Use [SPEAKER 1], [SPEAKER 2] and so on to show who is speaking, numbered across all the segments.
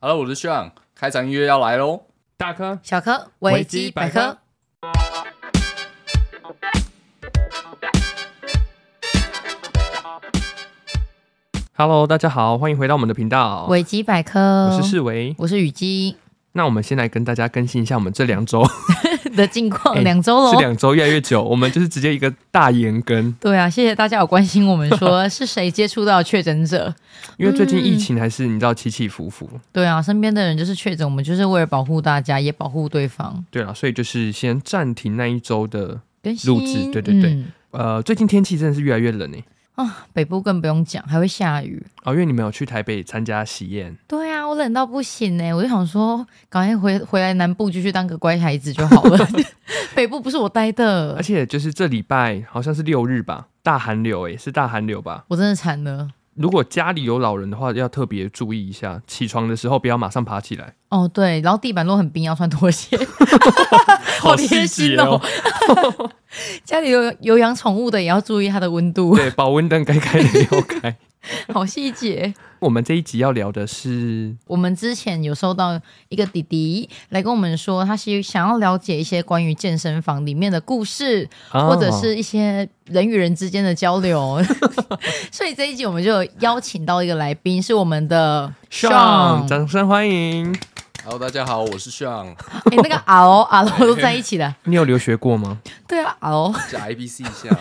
[SPEAKER 1] Hello，我是旭昂，开场音乐要来喽。
[SPEAKER 2] 大科
[SPEAKER 3] 小科
[SPEAKER 2] 维
[SPEAKER 3] 维
[SPEAKER 2] 基
[SPEAKER 3] 基
[SPEAKER 2] 百
[SPEAKER 3] 百
[SPEAKER 2] 科
[SPEAKER 3] 科，
[SPEAKER 2] ，Hello，大家好，欢迎回到我们的频道，
[SPEAKER 3] 维基百科，
[SPEAKER 2] 哦我是世维。
[SPEAKER 3] 我是 雨姬
[SPEAKER 2] 那我们先来跟大家更新一下我们这两周，
[SPEAKER 3] 的近况，
[SPEAKER 2] 哎
[SPEAKER 3] 两周哦
[SPEAKER 2] 这
[SPEAKER 3] 喽。
[SPEAKER 2] 两周越来越久，我们就是直接一个大延更，
[SPEAKER 3] 对啊，谢谢大家有关心我们 说是谁接触到确诊者。
[SPEAKER 2] 因为最近疫情还是你知道起起伏伏，
[SPEAKER 3] 对啊，身边的人就是确诊，我们就是为了保护大家，也保护对方。
[SPEAKER 2] 对啊了，所以就是先暂停那一周的。
[SPEAKER 3] 更新
[SPEAKER 2] 录制对对对
[SPEAKER 3] 嗯
[SPEAKER 2] 呃，最近天气真的是越来越冷诶、
[SPEAKER 3] 啊，北部更不用讲，还会下雨。
[SPEAKER 2] 哦，因为你们有去台北参加喜宴，
[SPEAKER 3] 对啊，我冷到不行呢、我就想说，赶快回回来南部继续当个乖孩子就 好了。北部不是我待的
[SPEAKER 2] 而，且就是这礼拜好像是六日吧，大寒流欸诶、是大寒流吧？
[SPEAKER 3] 我真的惨了。
[SPEAKER 2] 如果家里有老人的话，要特别注意一下，起床的时候不要马上爬起来，
[SPEAKER 3] 哦，对，然后地板都很冰，要穿拖鞋。好贴心哦！家里有有养宠物的也要注意它的温度，
[SPEAKER 2] 对，保温灯该开的要开。
[SPEAKER 3] 好细节。
[SPEAKER 2] 我们这一集要聊的是，
[SPEAKER 3] 我们之前有收到一个弟弟来跟我们说，他是想要了解一些关于健身房里面的故事，
[SPEAKER 2] 啊
[SPEAKER 3] 或者是一些人与人之间的交流。 所以这一集我们就邀请到一个来宾，是我们的
[SPEAKER 2] Sean，
[SPEAKER 3] 哎、
[SPEAKER 2] 啊掌声欢迎。
[SPEAKER 1] Hello，大家好，我是旭 昂，
[SPEAKER 3] 那个啊哦啊哦都在一 起的，
[SPEAKER 2] 你有留学过吗？
[SPEAKER 3] 对啊啊哦，
[SPEAKER 1] 加 ABC 一下。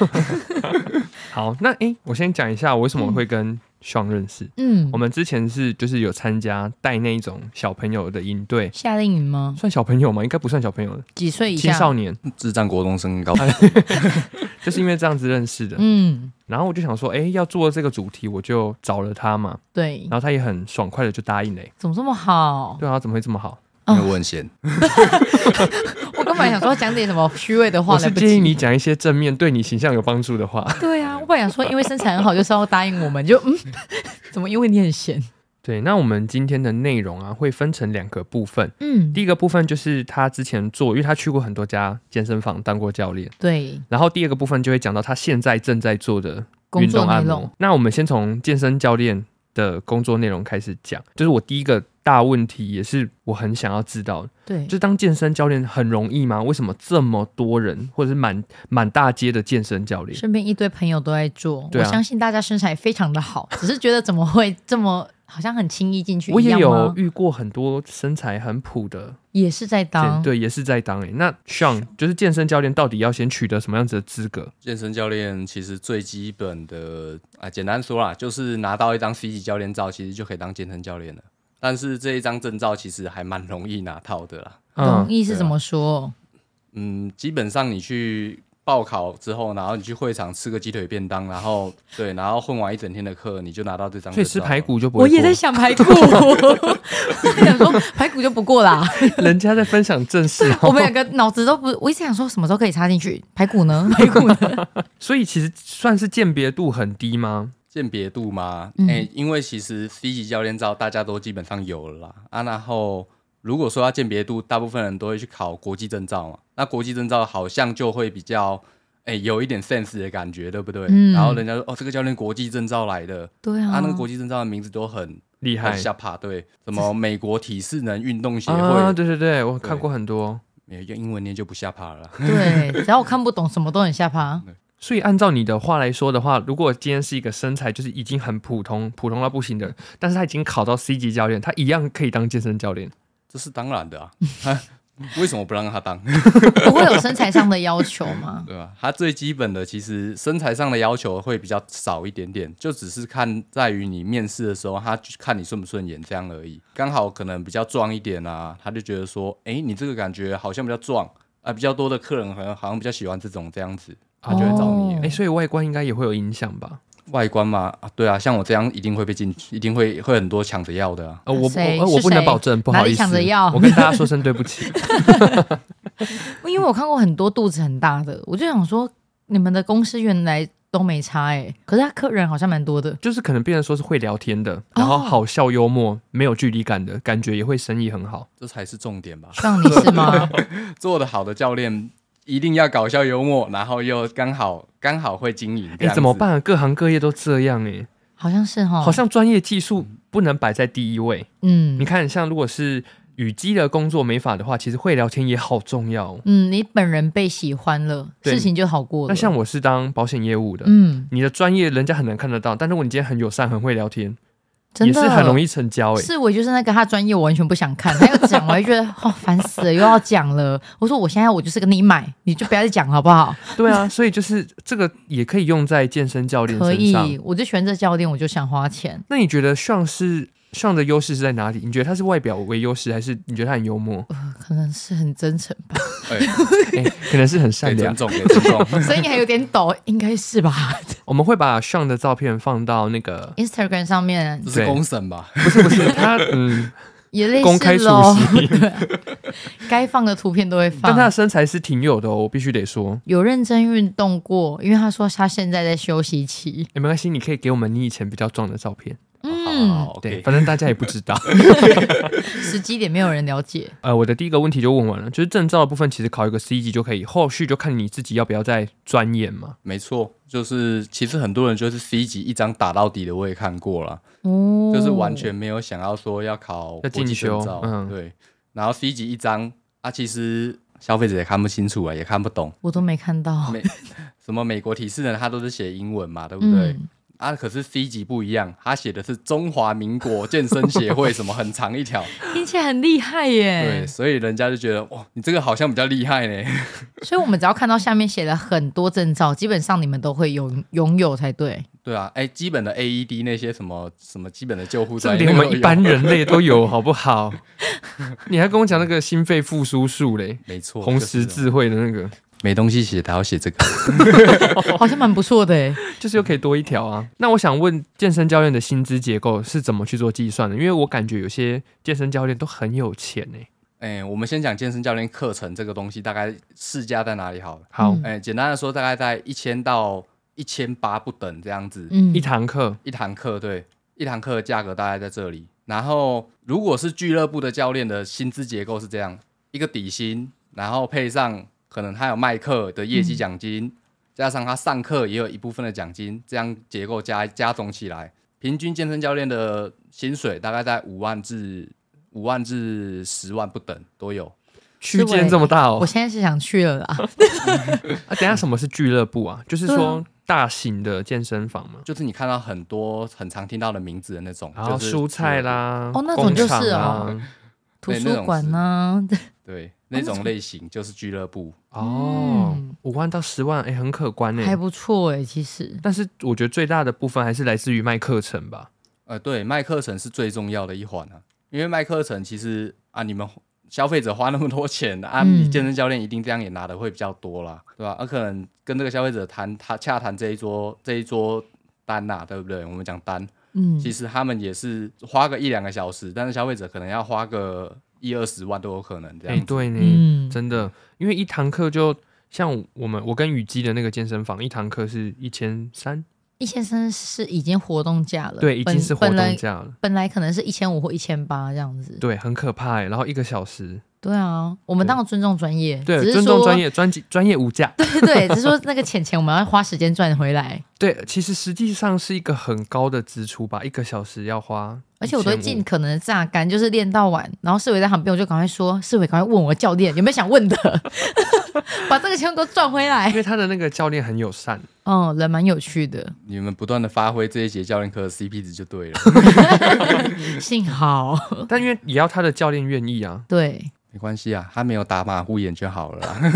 [SPEAKER 2] 好，那诶、我先讲一下我为什么会跟 Sean 认识。
[SPEAKER 3] 嗯
[SPEAKER 2] 我，们之前是就是有参加带那一种小朋友的营队，
[SPEAKER 3] 夏令营吗？
[SPEAKER 2] 算小朋友吗？应该不算小朋友的，
[SPEAKER 3] 几岁以
[SPEAKER 2] 青
[SPEAKER 3] 下？
[SPEAKER 2] 少年，
[SPEAKER 1] 智障国中升
[SPEAKER 2] 哎
[SPEAKER 1] 高，
[SPEAKER 2] 就是因为这样子认识的。
[SPEAKER 3] 嗯，
[SPEAKER 2] 然后我就想说，诶，要做这个主题，我就找了他嘛。
[SPEAKER 3] 对
[SPEAKER 2] 然，后他也很爽快的就答应嘞、
[SPEAKER 3] 怎么这么好？
[SPEAKER 2] 对啊，怎么会这么好？
[SPEAKER 1] 因为我很闲。
[SPEAKER 3] 我根本想说讲点什么虚伪的话
[SPEAKER 2] 我
[SPEAKER 3] 来
[SPEAKER 2] 是
[SPEAKER 3] 不
[SPEAKER 2] 建议
[SPEAKER 3] 及。
[SPEAKER 2] 你讲一些正面、对你形象有帮助的话。
[SPEAKER 3] 对啊，我本来想说，因为身材很好，就是要答应我们，就嗯， 怎么因为你很闲？
[SPEAKER 2] 对，那我们今天的内容啊，会分成两个部分。
[SPEAKER 3] 嗯，
[SPEAKER 2] 第一个部分就是他之前做，因为他去过很多家健身房当过教练。
[SPEAKER 3] 对，
[SPEAKER 2] 然后第二个部分就会讲到他现在正在做的
[SPEAKER 3] 工
[SPEAKER 2] 运
[SPEAKER 3] 作
[SPEAKER 2] 动
[SPEAKER 3] 内
[SPEAKER 2] 按
[SPEAKER 3] 容
[SPEAKER 2] 摩。那我们先从健身教练的工作内容开始讲，就是我第一个大问题，也是我很想要知道的，
[SPEAKER 3] 对
[SPEAKER 2] 就是当健身教练很容易吗？为什么这么多人，或者是满满大街的健身教练？
[SPEAKER 3] 身边一堆朋友都在做，
[SPEAKER 2] 对啊
[SPEAKER 3] 我相信大家身材非常的好，只是觉得怎么会这么好像很轻易进去
[SPEAKER 2] 我
[SPEAKER 3] 一
[SPEAKER 2] 也
[SPEAKER 3] 样
[SPEAKER 2] 有
[SPEAKER 3] 吗？
[SPEAKER 2] 遇过很多身材很普的
[SPEAKER 3] 也是在
[SPEAKER 2] 健，
[SPEAKER 3] 当，
[SPEAKER 2] 对，也是在当诶、欸那 Sean 就是健身教练，到底要先取得什么样子的资格？
[SPEAKER 1] 健身教练其实最基本的啊，简单说啦，就是拿到一张 C 级教练照，其实就可以当健身教练了。但是这一张证照其实还蛮容易拿到的啦。
[SPEAKER 3] 容
[SPEAKER 2] 嗯，
[SPEAKER 3] 易是怎么说？
[SPEAKER 1] 嗯，基本上你去报考之后，然后你去会场吃个鸡腿便当，然后对，然后混完一整天的课，你就拿到这张证照了。
[SPEAKER 2] 所以吃排骨就不会
[SPEAKER 3] 我也
[SPEAKER 2] 过
[SPEAKER 3] 在想排骨，我想说排骨就不过啦。
[SPEAKER 2] 人家在分享正事、哦
[SPEAKER 3] 啊我们两个脑子都不，我一直想说什么时候可以插进去排骨呢？排骨呢？
[SPEAKER 2] 所以其实算是鉴别度很低吗？
[SPEAKER 1] 鉴别度吗？哎、
[SPEAKER 3] 嗯
[SPEAKER 1] 因为其实 C 级教练照大家都基本上有了啦啊，然后如果说要鉴别度，大部分人都会去考国际证照嘛。那国际证照好像就会比较哎、有一点 sense 的感觉，对不对？
[SPEAKER 3] 嗯
[SPEAKER 1] 然后人家说哦，这个教练国际证照来的，
[SPEAKER 3] 对啊，
[SPEAKER 1] 啊，那个国际证照的名字都很
[SPEAKER 2] 嗯厉害
[SPEAKER 1] 很下爬，对，什么美国体适能运动协会，
[SPEAKER 2] 啊！对对对，我看过很多。
[SPEAKER 1] 没有用英文念就不下爬了啦。
[SPEAKER 3] 对，只要我看不懂，什么都很下巴。
[SPEAKER 2] 所以按照你的话来说的话，如果今天是一个身材就是已经很普通、普通到不行
[SPEAKER 3] 嗯
[SPEAKER 2] 的人，但是他已经考到 C 级教练，他一样可以当健身教练。
[SPEAKER 1] 这是当然的啊， 为什么不让他当？
[SPEAKER 3] 不会有身材上的要求吗？
[SPEAKER 1] 对吧？他最基本的其实身材上的要求会比较少一点点，就只是看在于你面试的时候，他去看你顺不顺眼这样而已。刚好可能比较壮一点啊，他就觉得说，哎、你这个感觉好像比较壮啊，比较多的客人好像好像比较喜欢这种这样子，他就会找你。
[SPEAKER 2] 哎、
[SPEAKER 3] 哦
[SPEAKER 2] 所以外观应该也会有影响吧？
[SPEAKER 1] 外观嘛，啊，对啊，像我这样一定会被进，一定会会很多抢着要的啊。
[SPEAKER 2] 呃，我
[SPEAKER 3] 谁
[SPEAKER 2] 我、呃、我
[SPEAKER 3] 是
[SPEAKER 2] 不能
[SPEAKER 3] 谁
[SPEAKER 2] 保证，不
[SPEAKER 3] 哪
[SPEAKER 2] 好
[SPEAKER 3] 里
[SPEAKER 2] 意思
[SPEAKER 3] 想着要，
[SPEAKER 2] 我跟大家说声对不起。
[SPEAKER 3] 因为我看过很多肚子很大的，我就想说，你们的公司原来都没差哎、可是他客人好像蛮多的。
[SPEAKER 2] 就是可能变成说是会聊天的，然
[SPEAKER 3] 哦
[SPEAKER 2] 后好笑幽默、没有距离感的感觉，也会生意很好。
[SPEAKER 1] 这才是重点吧。
[SPEAKER 3] 像你是吗？
[SPEAKER 1] 做得好的教练一定要搞笑幽默，然后又刚好刚好会经营。
[SPEAKER 2] 哎、怎么？办、啊？各行各业都这样哎、
[SPEAKER 3] 好像是哈，
[SPEAKER 2] 好像专业技术不能摆在第一位。
[SPEAKER 3] 哦嗯
[SPEAKER 2] 你看，像如果是与机的工作没法的话，其实会聊天也好重要哦。
[SPEAKER 3] 嗯，你本人被喜欢了，
[SPEAKER 2] 对
[SPEAKER 3] 事情就好过了。
[SPEAKER 2] 那像我是当保险业务的，
[SPEAKER 3] 嗯，
[SPEAKER 2] 你的专业人家很难看得到，但如果你今天很友善、很会聊天，
[SPEAKER 3] 真
[SPEAKER 2] 也是
[SPEAKER 3] 的
[SPEAKER 2] 很容易成交诶、
[SPEAKER 3] 是我就是那个他专业我完全不想看，他又讲，我就觉得哦烦死了，又要讲了。我说我现在我就是跟你买，你就不要再讲了好不好？
[SPEAKER 2] 对啊，所以就是这个也可以用在健身教练
[SPEAKER 3] 可
[SPEAKER 2] 身上
[SPEAKER 3] 以。，我就喜欢这教练，我就想花钱。
[SPEAKER 2] 那你觉得上是上的优势是在哪里？你觉得他是外表为优势，还是你觉得他很幽默？
[SPEAKER 3] 呃可能是很真诚吧，
[SPEAKER 1] 哎，
[SPEAKER 2] 哎、可能是很善
[SPEAKER 1] 给
[SPEAKER 2] 良
[SPEAKER 1] 尊。重，给尊重。
[SPEAKER 3] 声音还有点抖，应该是吧
[SPEAKER 2] 我们会把上的照片放到那个，
[SPEAKER 3] ？Instagram 上面
[SPEAKER 1] 这是公审吧？
[SPEAKER 2] 不是不是， 他嗯，
[SPEAKER 3] 也类
[SPEAKER 2] 公开
[SPEAKER 3] 似
[SPEAKER 2] 处
[SPEAKER 3] 喽，
[SPEAKER 2] 刑
[SPEAKER 3] 对啊， 该放的图片都会
[SPEAKER 2] 但他的
[SPEAKER 3] 放。
[SPEAKER 2] 身材是挺有的哦，我必须得说。
[SPEAKER 3] 有认真运动过，因为他说他现在在休息期。
[SPEAKER 2] 哎也没关系，你可以给我们你以前比较壮的照片，
[SPEAKER 1] 好好
[SPEAKER 3] 嗯，
[SPEAKER 1] 好
[SPEAKER 2] 对，
[SPEAKER 1] ，OK。
[SPEAKER 2] 反正大家也不知道。
[SPEAKER 3] 时机点没有人了解。
[SPEAKER 2] 呃，我的第一个问题就问完了，就是证照的部分，其实考一个 C 级就可以，后续就看你自己要不要再钻研嘛。
[SPEAKER 1] 没错，就是其实很多人就是 C 级一张打到底的，我也看过了，
[SPEAKER 3] 哦，
[SPEAKER 1] 就是完全没有想要说要考
[SPEAKER 2] 要进
[SPEAKER 1] 国际证
[SPEAKER 2] 修
[SPEAKER 1] 照
[SPEAKER 2] 嗯
[SPEAKER 1] 对。然后 C 级一张啊，其实消费者也看不清楚啊，也看不懂。
[SPEAKER 3] 我都没看到。
[SPEAKER 1] 美什么美国提示呢？他都是写英文嘛，对不对？
[SPEAKER 3] 嗯，
[SPEAKER 1] 啊，可是 C 级不一样，他写的是中华民国健身协会，什么很长一 条，
[SPEAKER 3] 听起来很厉害耶
[SPEAKER 2] 哎
[SPEAKER 1] 对，。所以人家就觉得哇，你这个好像比较厉害呢。
[SPEAKER 3] 所以我们只要看到下面写了很多证照，基本上你们都会拥拥有才 对。
[SPEAKER 1] 对啊，哎，基本的 AED 那些什么什么基本的救护
[SPEAKER 2] 这
[SPEAKER 1] 专业
[SPEAKER 2] 连
[SPEAKER 1] 都有，
[SPEAKER 2] 我们一般人类都 有，好不好？你还跟我讲那个心肺复苏术嘞，
[SPEAKER 1] 没错，
[SPEAKER 2] 红
[SPEAKER 1] 就是
[SPEAKER 2] 十字会的那个，
[SPEAKER 1] 没东西写，他要写这个。
[SPEAKER 3] 好像蛮不错的耶。
[SPEAKER 2] 就是又可以多一条啊。那我想问，健身教练的薪资结构是怎么去做计算的？因为我感觉有些健身教练都很有钱欸呢、
[SPEAKER 1] 哎、我们先讲健身教练课程这个东西，大概市价在哪里好了？
[SPEAKER 2] 好，
[SPEAKER 3] 嗯
[SPEAKER 1] 哎、简单的说，大概在一千到一千八不等这样子，
[SPEAKER 3] 嗯
[SPEAKER 2] 一堂课
[SPEAKER 1] 一堂课对，一堂课的价格大概在这里。然后如果是俱乐部的教练的薪资结构是这样，一个底薪，然后配上可能他有卖课的业绩奖金，加上他上课也有一部分的奖金，这样结构加加总起来，平均健身教练的薪水大概在五万至五万至十万不等都有。
[SPEAKER 2] 区间这么大哦
[SPEAKER 3] 欸我。现在是想去了啦。
[SPEAKER 2] 啊，等一下什么是俱乐部啊？就是
[SPEAKER 3] 对
[SPEAKER 2] 说
[SPEAKER 3] 啊
[SPEAKER 2] 大型的健身房嘛，
[SPEAKER 1] 就是你看到很多很常听到的名字的那种，
[SPEAKER 2] 然后
[SPEAKER 1] 就是
[SPEAKER 2] 蔬菜，啦，
[SPEAKER 3] 哦那种就是哦
[SPEAKER 2] 工厂啊
[SPEAKER 3] 图书馆啊呢、
[SPEAKER 1] 对，那种类型就是俱乐部。
[SPEAKER 2] 哦
[SPEAKER 3] 嗯，
[SPEAKER 2] 五万到十万，哎，很可观
[SPEAKER 3] 还
[SPEAKER 2] 哎。
[SPEAKER 3] 不错哎，其实。
[SPEAKER 2] 但是我觉得最大的部分还是来自于卖课程吧。
[SPEAKER 1] 呃，对，卖课程是最重要的一环啊，因为卖课程其实啊，你们消费者花那么多钱啊，
[SPEAKER 3] 嗯
[SPEAKER 1] 你健身教练一定这样也拿的会比较多啦，对吧、啊？可能跟这个消费者谈，他洽谈这一桌这一桌单呐、对不对？我们讲单，
[SPEAKER 3] 嗯，
[SPEAKER 1] 其实他们也是花个一两个小时，但是消费者可能要花个一二十万都有可能这
[SPEAKER 2] 哎、
[SPEAKER 1] 样子。
[SPEAKER 2] 对呢，
[SPEAKER 3] 嗯
[SPEAKER 2] 真的，因为一堂课就像我们我跟雨姬的那个健身房，一堂课是一千三，
[SPEAKER 3] 一千三是已经活动价了，
[SPEAKER 2] 对，已经
[SPEAKER 3] 本
[SPEAKER 2] 是活
[SPEAKER 3] 本
[SPEAKER 2] 动
[SPEAKER 3] 来
[SPEAKER 2] 价了，
[SPEAKER 3] 本来可能是一千五或一千八这样子。
[SPEAKER 2] 对，很可怕哎。然后一个小时，
[SPEAKER 3] 对啊，我们当然尊重专业，
[SPEAKER 2] 对
[SPEAKER 3] 只，是
[SPEAKER 2] 尊重
[SPEAKER 3] 说
[SPEAKER 2] 专，业，专辑专业无价。
[SPEAKER 3] 对 对，只是说那个钱钱我们要花时间赚 回来，
[SPEAKER 2] 对，其实实际上是一个很高的支出吧，一个小时要花1500，
[SPEAKER 3] 而且我都会尽可能的榨干，就是练到晚，然后世伟在旁边，我就赶快说：“世伟，赶快问我教练有没有想问的， 把这个钱给我赚回来
[SPEAKER 2] 因。为他的那个教练很友善，”
[SPEAKER 3] 嗯，人蛮有趣的，
[SPEAKER 1] 你们不断的发挥这一节教练课的 CP 值就对 了，
[SPEAKER 3] 幸好
[SPEAKER 2] 但因为也要他的教练愿意啊。
[SPEAKER 3] 对
[SPEAKER 1] 没关系啊，他没有打马虎眼就好了 啦。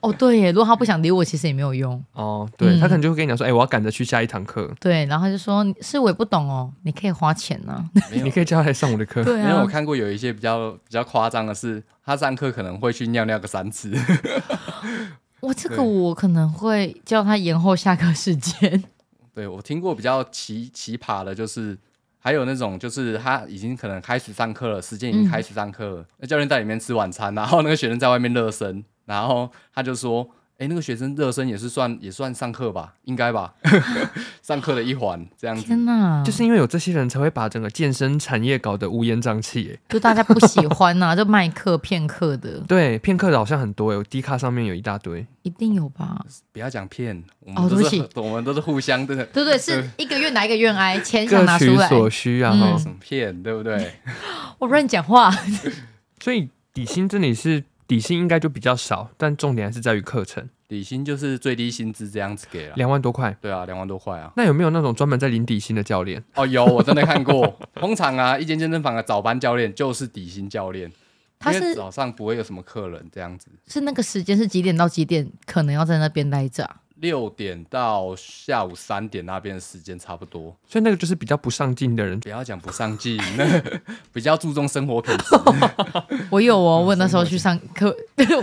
[SPEAKER 3] 哦对耶，如果他不想理我，其实也没有用。
[SPEAKER 2] 哦，对、
[SPEAKER 3] 嗯
[SPEAKER 2] 他可能就会跟你讲说，哎、我要赶着去下一堂课，
[SPEAKER 3] 对，然后他就说：“世伟不懂哦，你可以花钱啊呢、
[SPEAKER 1] 没有啊
[SPEAKER 2] 你可以叫他来上我的课。
[SPEAKER 3] 对
[SPEAKER 1] 因为
[SPEAKER 3] 啊
[SPEAKER 1] 我，看过有一些比较比较夸张的是，他上课可能会去尿尿个三次，
[SPEAKER 3] 我这个
[SPEAKER 1] 对
[SPEAKER 3] 我可能会叫他延后下课时间。
[SPEAKER 1] 对我听过比较奇奇葩的，就是还有那种就是他已经可能开始上课了，时间已
[SPEAKER 3] 嗯
[SPEAKER 1] 经开始上课了，那教练在里面吃晚餐，然后那个学生在外面热身，然后他就说：“哎，那个学生热身也是算也算上课吧，应该吧， 上课的一环这样子。
[SPEAKER 3] 天哪，
[SPEAKER 2] 就是因为有这些人才会把整个健身产业搞得乌烟瘴气欸耶。
[SPEAKER 3] 就大家不喜欢呐、 就卖课骗课的，
[SPEAKER 2] 对，片刻的好像很多耶，我 D 卡上面有一大堆。
[SPEAKER 3] 一定有吧？
[SPEAKER 1] 不要讲骗，我
[SPEAKER 3] 哦
[SPEAKER 1] 们都
[SPEAKER 3] 对
[SPEAKER 1] 是、
[SPEAKER 3] 不
[SPEAKER 1] 我们都是互相的，
[SPEAKER 3] 对不对？是一个愿打一个愿挨，钱想
[SPEAKER 2] 各
[SPEAKER 3] 拿出
[SPEAKER 2] 取
[SPEAKER 3] 来。
[SPEAKER 2] 所需啊，
[SPEAKER 3] 嗯
[SPEAKER 2] 哈、
[SPEAKER 1] 什么骗，对不对？
[SPEAKER 3] 我乱讲话，
[SPEAKER 2] 所以底薪这里是底薪应该就比较少，但重点还是在于课程，
[SPEAKER 1] 底薪就是最低薪资这样子给了。
[SPEAKER 2] 两万多块。
[SPEAKER 1] 对啊，两万多块啊！
[SPEAKER 2] 那有没有那种专门在领底薪的教练？
[SPEAKER 1] 哦，有我真的看过。通常啊，一间健身房的早班教练就是底薪教练，
[SPEAKER 3] 他
[SPEAKER 1] 因为
[SPEAKER 3] 是
[SPEAKER 1] 早上不会有什么客人这样子。
[SPEAKER 3] 是那个时间是几点到几点？可能要在那边待着啊、
[SPEAKER 1] 六点到下午三点那边的时间差不多。
[SPEAKER 2] 所以那个就是比较不上进的人，
[SPEAKER 1] 不要讲不上进， 比较注重生活品质。
[SPEAKER 3] 我有哦，
[SPEAKER 1] 嗯
[SPEAKER 3] 我那时候去上课，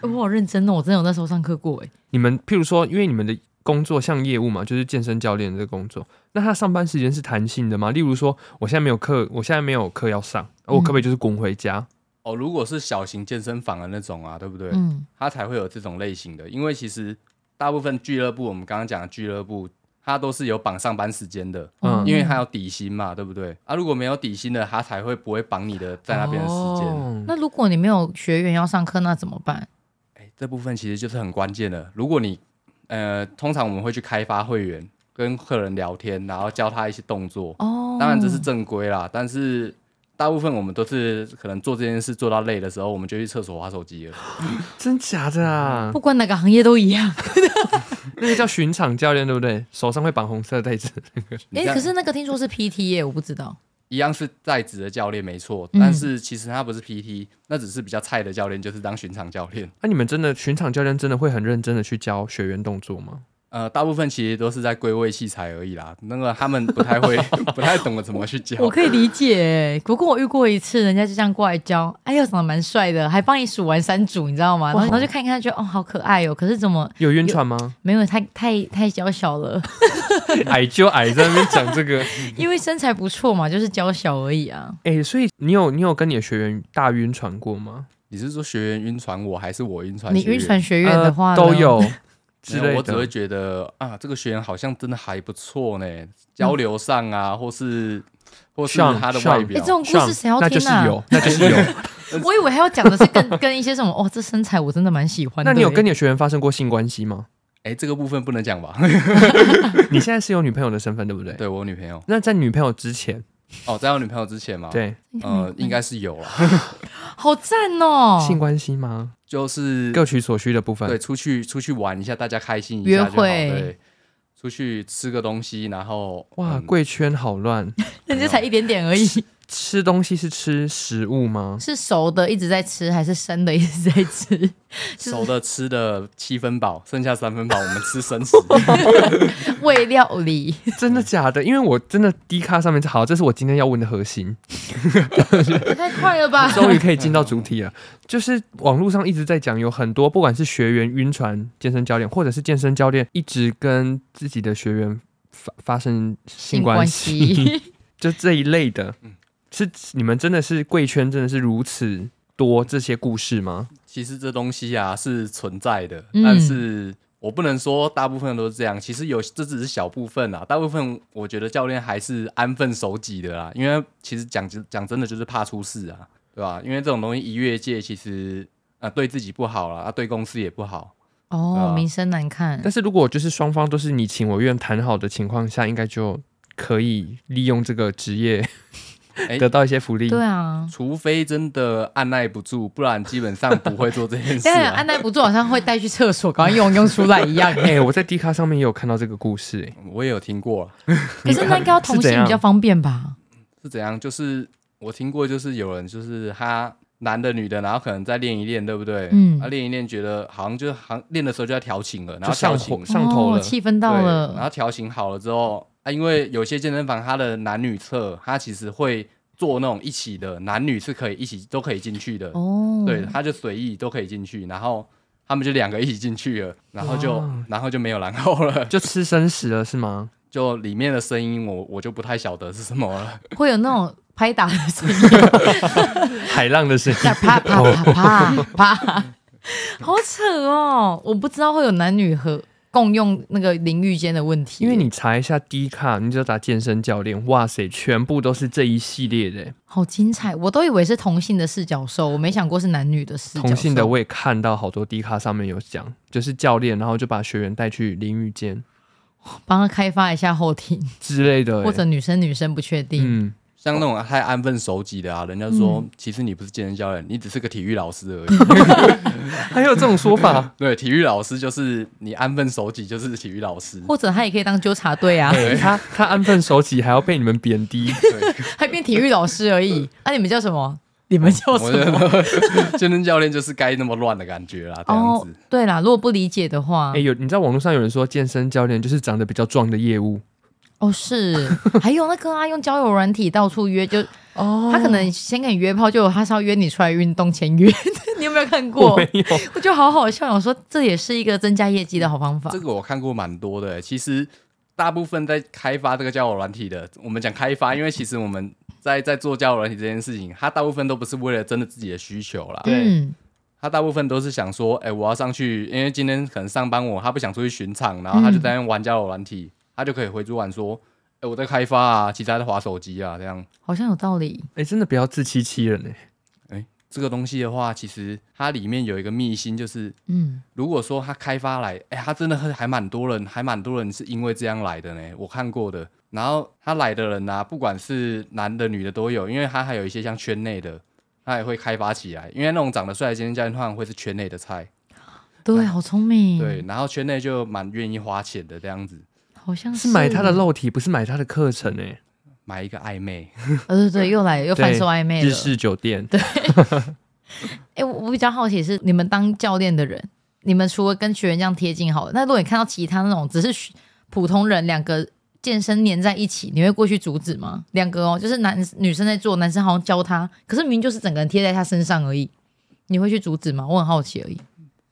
[SPEAKER 3] 我我好认真哦，我真的有那时候上课过哎。
[SPEAKER 2] 你们譬如说，因为你们的工作像业务嘛，就是健身教练这个工作，那他上班时间是弹性的吗？例如说，我现在没有课，我现在没有课要上，哦我
[SPEAKER 3] 嗯
[SPEAKER 2] 可不可以就是滚回家？
[SPEAKER 1] 哦，如果是小型健身房的那种啊，对不对？
[SPEAKER 3] 嗯，
[SPEAKER 1] 它才会有这种类型的。因为其实大部分俱乐部，我们刚刚讲的俱乐部，它都是有绑上班时间的，
[SPEAKER 2] 嗯
[SPEAKER 1] 因为它有底薪嘛，对不对？啊，如果没有底薪的，它才会不会绑你的在那边的时间。
[SPEAKER 2] 哦
[SPEAKER 3] 那如果你没有学员要上课，那怎么办？
[SPEAKER 1] 哎，这部分其实就是很关键的。如果你呃，通常我们会去开发会员，跟客人聊天，然后教他一些动作。
[SPEAKER 3] 哦，
[SPEAKER 1] 当然这是正规啦，但是大部分我们都是可能做这件事做到累的时候，我们就去厕所划手机了。
[SPEAKER 2] 真假的啊？
[SPEAKER 3] 不管哪个行业都一样。
[SPEAKER 2] 那个叫巡场教练，对不对？手上会绑红色带子，
[SPEAKER 1] 你
[SPEAKER 3] 哎、
[SPEAKER 1] 这样
[SPEAKER 3] 可是那个听说是 PT 耶，我不知道。
[SPEAKER 1] 一样是在职的教练没错，
[SPEAKER 3] 嗯
[SPEAKER 1] 但是其实他不是 PT，、那只是比较菜的教练，就是当巡场教练。
[SPEAKER 2] 那、你们真的巡场教练真的会很认真的去教学员动作吗？
[SPEAKER 1] 呃，大部分其实都是在归位器材而已啦，那个他们不太会， 不太懂得怎么去教。
[SPEAKER 3] 我可以理解欸耶，不过我遇过一次，人家就这样过来教，哎呦，长得蛮帅的，还帮你数完三组，你知道吗？然后然后就看一看，觉得哦，好可爱哦。可是怎么
[SPEAKER 2] 有晕船 吗？
[SPEAKER 3] 没有？太太太娇小了，
[SPEAKER 2] 矮就矮，在那边讲这个。
[SPEAKER 3] 因为身材不错嘛，就是娇小而已啊。
[SPEAKER 2] 哎、所以你有你有跟你的学员大晕船过吗？
[SPEAKER 1] 你是说学员晕船我，还是我晕船
[SPEAKER 3] 你
[SPEAKER 1] 学员？
[SPEAKER 3] 晕船学院的话、
[SPEAKER 2] 呃、都， 有之
[SPEAKER 1] 没
[SPEAKER 2] 类
[SPEAKER 1] 有
[SPEAKER 2] 的。
[SPEAKER 1] 我只会觉得啊，这个学员好像真的还不错呢，交流上啊，或是或是
[SPEAKER 2] 像
[SPEAKER 1] 他的
[SPEAKER 2] 像
[SPEAKER 1] 外
[SPEAKER 3] 哎、
[SPEAKER 1] 表
[SPEAKER 3] 这，种故
[SPEAKER 2] 上
[SPEAKER 3] 事谁要
[SPEAKER 2] 那
[SPEAKER 3] 听
[SPEAKER 2] 就是
[SPEAKER 3] 啊？
[SPEAKER 2] 有，那就是 有。
[SPEAKER 3] 我以为还要讲的是跟跟一些什么哦，这身材我真的蛮喜欢的欸
[SPEAKER 2] 那你
[SPEAKER 3] 耶。
[SPEAKER 2] 有跟你的学员发生过性关系吗？
[SPEAKER 1] 哎、这个部分不能讲吧？
[SPEAKER 2] 你现在是有女朋友的身份，对不对？
[SPEAKER 1] 对我有女朋友
[SPEAKER 2] 那在女朋友之前，
[SPEAKER 1] 哦，在我女朋友之前嘛，，
[SPEAKER 2] 对、
[SPEAKER 1] 呃，应该是有了，
[SPEAKER 3] 好赞哦，
[SPEAKER 2] 性关系吗？
[SPEAKER 1] 就是
[SPEAKER 2] 各取所需的部分。
[SPEAKER 1] 对，出去出去玩一下，大家开心一
[SPEAKER 3] 约
[SPEAKER 1] 下就好，
[SPEAKER 3] 会
[SPEAKER 1] 对，出去吃个东西，然后
[SPEAKER 2] 哇，
[SPEAKER 1] 嗯
[SPEAKER 2] 贵圈好 乱。
[SPEAKER 3] 人家才一点点而已，
[SPEAKER 2] 吃东西是吃食物吗？
[SPEAKER 3] 是熟的一直在吃，还是生的一直在吃？
[SPEAKER 1] 熟的吃的七分饱，剩下三分饱我们吃生 食，
[SPEAKER 3] 味料理。
[SPEAKER 2] 真的假的？因为我真的低咖上面好，这是我今天要问的核 心，
[SPEAKER 3] 也太快了吧！
[SPEAKER 2] 终于可以进到主题了。就是网络上一直在讲，有很多不管是学员晕船、健身教练，或者是健身教练一直跟自己的学员发发生性关系，
[SPEAKER 3] 系
[SPEAKER 2] 就这一类的，是你们真的是贵圈真的是如此多这些故事吗？
[SPEAKER 1] 其实这东西啊是存在的，
[SPEAKER 3] 嗯
[SPEAKER 1] 但是我不能说大部分都是这样。其实有这只是小部分啊啦，大部分我觉得教练还是安分守己的啦，因为其实讲讲真的就是怕出事啊，对吧？因为这种东西一越界，其实啊对自己不好啦，啊对公司也不好。
[SPEAKER 3] 哦
[SPEAKER 1] 啊，
[SPEAKER 3] 名声难看
[SPEAKER 2] 但。是如果就是双方都是你情我愿谈好的情况下，应该就可以利用这个职业
[SPEAKER 1] 哎
[SPEAKER 2] 得到一些福利。
[SPEAKER 3] 对啊，
[SPEAKER 1] 除非真的按耐不住，不然基本上不会做这件 事、
[SPEAKER 3] 当然
[SPEAKER 1] 啊
[SPEAKER 3] 按。耐不住，好像会带去厕所，赶快用用出来一样。欸
[SPEAKER 2] 哎、我在 D 卡上面也有看到这个故事、哎，
[SPEAKER 1] 我也有听过啦，
[SPEAKER 3] 可是那应该要同
[SPEAKER 2] 是怎
[SPEAKER 3] 性
[SPEAKER 2] 样
[SPEAKER 3] 比较方便吧？
[SPEAKER 1] 是怎样？就是我听过，就是有人就是他男的女的，然后可能再练一练，对不对？啊
[SPEAKER 3] 嗯
[SPEAKER 1] 他练一练，觉得好像就好像练的时候就要调情了，然
[SPEAKER 2] 就
[SPEAKER 1] 后调
[SPEAKER 2] 上
[SPEAKER 1] 情
[SPEAKER 2] 火上头
[SPEAKER 3] 哦
[SPEAKER 2] 了。
[SPEAKER 3] 气氛到
[SPEAKER 1] 对然
[SPEAKER 3] 了。
[SPEAKER 1] 后调情好了之后啊，因为有些健身房它的男女厕，它其实会做那种一起的，男女是可以一起都可以进去的，
[SPEAKER 3] 哦，
[SPEAKER 1] 对，他就随意都可以进去，然后他们就两个一起进去了，然后就
[SPEAKER 2] 哇
[SPEAKER 1] 然后就没有然后了。
[SPEAKER 2] 就吃生食了是吗？
[SPEAKER 1] 就里面的声音我，我就不太晓得是什么了。
[SPEAKER 3] 会有那种 拍打的声音，
[SPEAKER 2] 海浪的声音，
[SPEAKER 3] 啪啪啪啪啪。好扯哦！我不知道会有男女和共用那个淋浴间的问题，
[SPEAKER 2] 因为你查一下 D 卡，你只要打健身教练，哇塞，全部都是这一系列的哎
[SPEAKER 3] 好精彩，我都以为是同性的视角兽，我没想过是男女的视角兽。
[SPEAKER 2] 同性的，我也看到好多 D 卡上面有讲，就是教练，然后就把学员带去淋浴间
[SPEAKER 3] 帮他开发一下后庭，
[SPEAKER 2] 之类的，哎
[SPEAKER 3] 或者女生女生不确定。
[SPEAKER 2] 嗯，
[SPEAKER 1] 像那种太安分守己的啊，人家说、
[SPEAKER 3] 嗯
[SPEAKER 1] 其实你不是健身教练，你只是个体育老师而已。，
[SPEAKER 2] 还有这种说法
[SPEAKER 1] 对，体育老师就是你安分守己，就是体育老师。
[SPEAKER 3] 或者他也可以当纠察队啊，
[SPEAKER 1] 对
[SPEAKER 2] 哎他他安分守己，还要被你们贬低，
[SPEAKER 3] 还变体育老师而已。那、你们叫什么？你们叫
[SPEAKER 1] 我
[SPEAKER 3] 什
[SPEAKER 1] 觉
[SPEAKER 3] 么？
[SPEAKER 1] 得健身教练就是该那么乱的感觉啦，这样
[SPEAKER 3] 哦
[SPEAKER 1] 子。，
[SPEAKER 3] 对啦，如果不理解的话
[SPEAKER 2] 哎、，有你知道网络上有人说健身教练就是长得比较壮的业务
[SPEAKER 3] 哦是，还有那个啊，用交友软体到处约，就
[SPEAKER 2] 哦
[SPEAKER 3] 他可能先跟你约炮，就他是要约你出来运动前 约，你有没有看过？
[SPEAKER 2] 我没有，
[SPEAKER 3] 我觉得好好笑，我说这也是一个增加业绩的好方法
[SPEAKER 1] 这。个我看过蛮多的欸、其实大部分在开发这个交友软体的，我们讲开发，因为其实我们在在做交友软体这件事情，它大部分都不是为了真的自己的需求啦，
[SPEAKER 2] 对
[SPEAKER 3] 嗯，
[SPEAKER 1] 它大部分都是想说，哎、我要上去，因为今天可能上班我他不想出去巡场，然后他就在那边玩交友软体，他就可以回主管说，哎、我在开发啊，其他在划手机啊，这样。
[SPEAKER 3] 好像有道理。
[SPEAKER 2] 哎、真的不要自欺欺人哎、
[SPEAKER 1] 哎、这个东西的话，其实它里面有一个秘辛，就是
[SPEAKER 3] 嗯，
[SPEAKER 1] 如果说他开发来，哎、他真的还还蛮多人，还蛮多人是因为这样来的呢。我看过的，然后他来的人啊，不管是男的女的都有，因为他还有一些像圈内的，他也会开发起来。因为那种长得帅的健身教练通常会是圈内的菜，
[SPEAKER 3] 对，好聪明。
[SPEAKER 1] 对，，然后圈内就蛮愿意花钱的这样子，
[SPEAKER 3] 好像
[SPEAKER 2] 是买他的肉体，不是买他的课程哎、
[SPEAKER 1] 买一个暧昧。
[SPEAKER 3] 呃，对对，又来了又
[SPEAKER 2] 对
[SPEAKER 3] 反售暧昧
[SPEAKER 2] 日
[SPEAKER 3] 了。
[SPEAKER 2] 式酒店，
[SPEAKER 3] 哎、我我比较好奇是你们当教练的人，你们除了跟学员这样贴近好了，那如果你看到其他那种只是普通人两个健身黏在一起，你会过去阻止吗？两个哦，就是男女生在做，男生好像教他，可是明明就是整个人贴在他身上而已，你会去阻止吗？我很好奇 而已。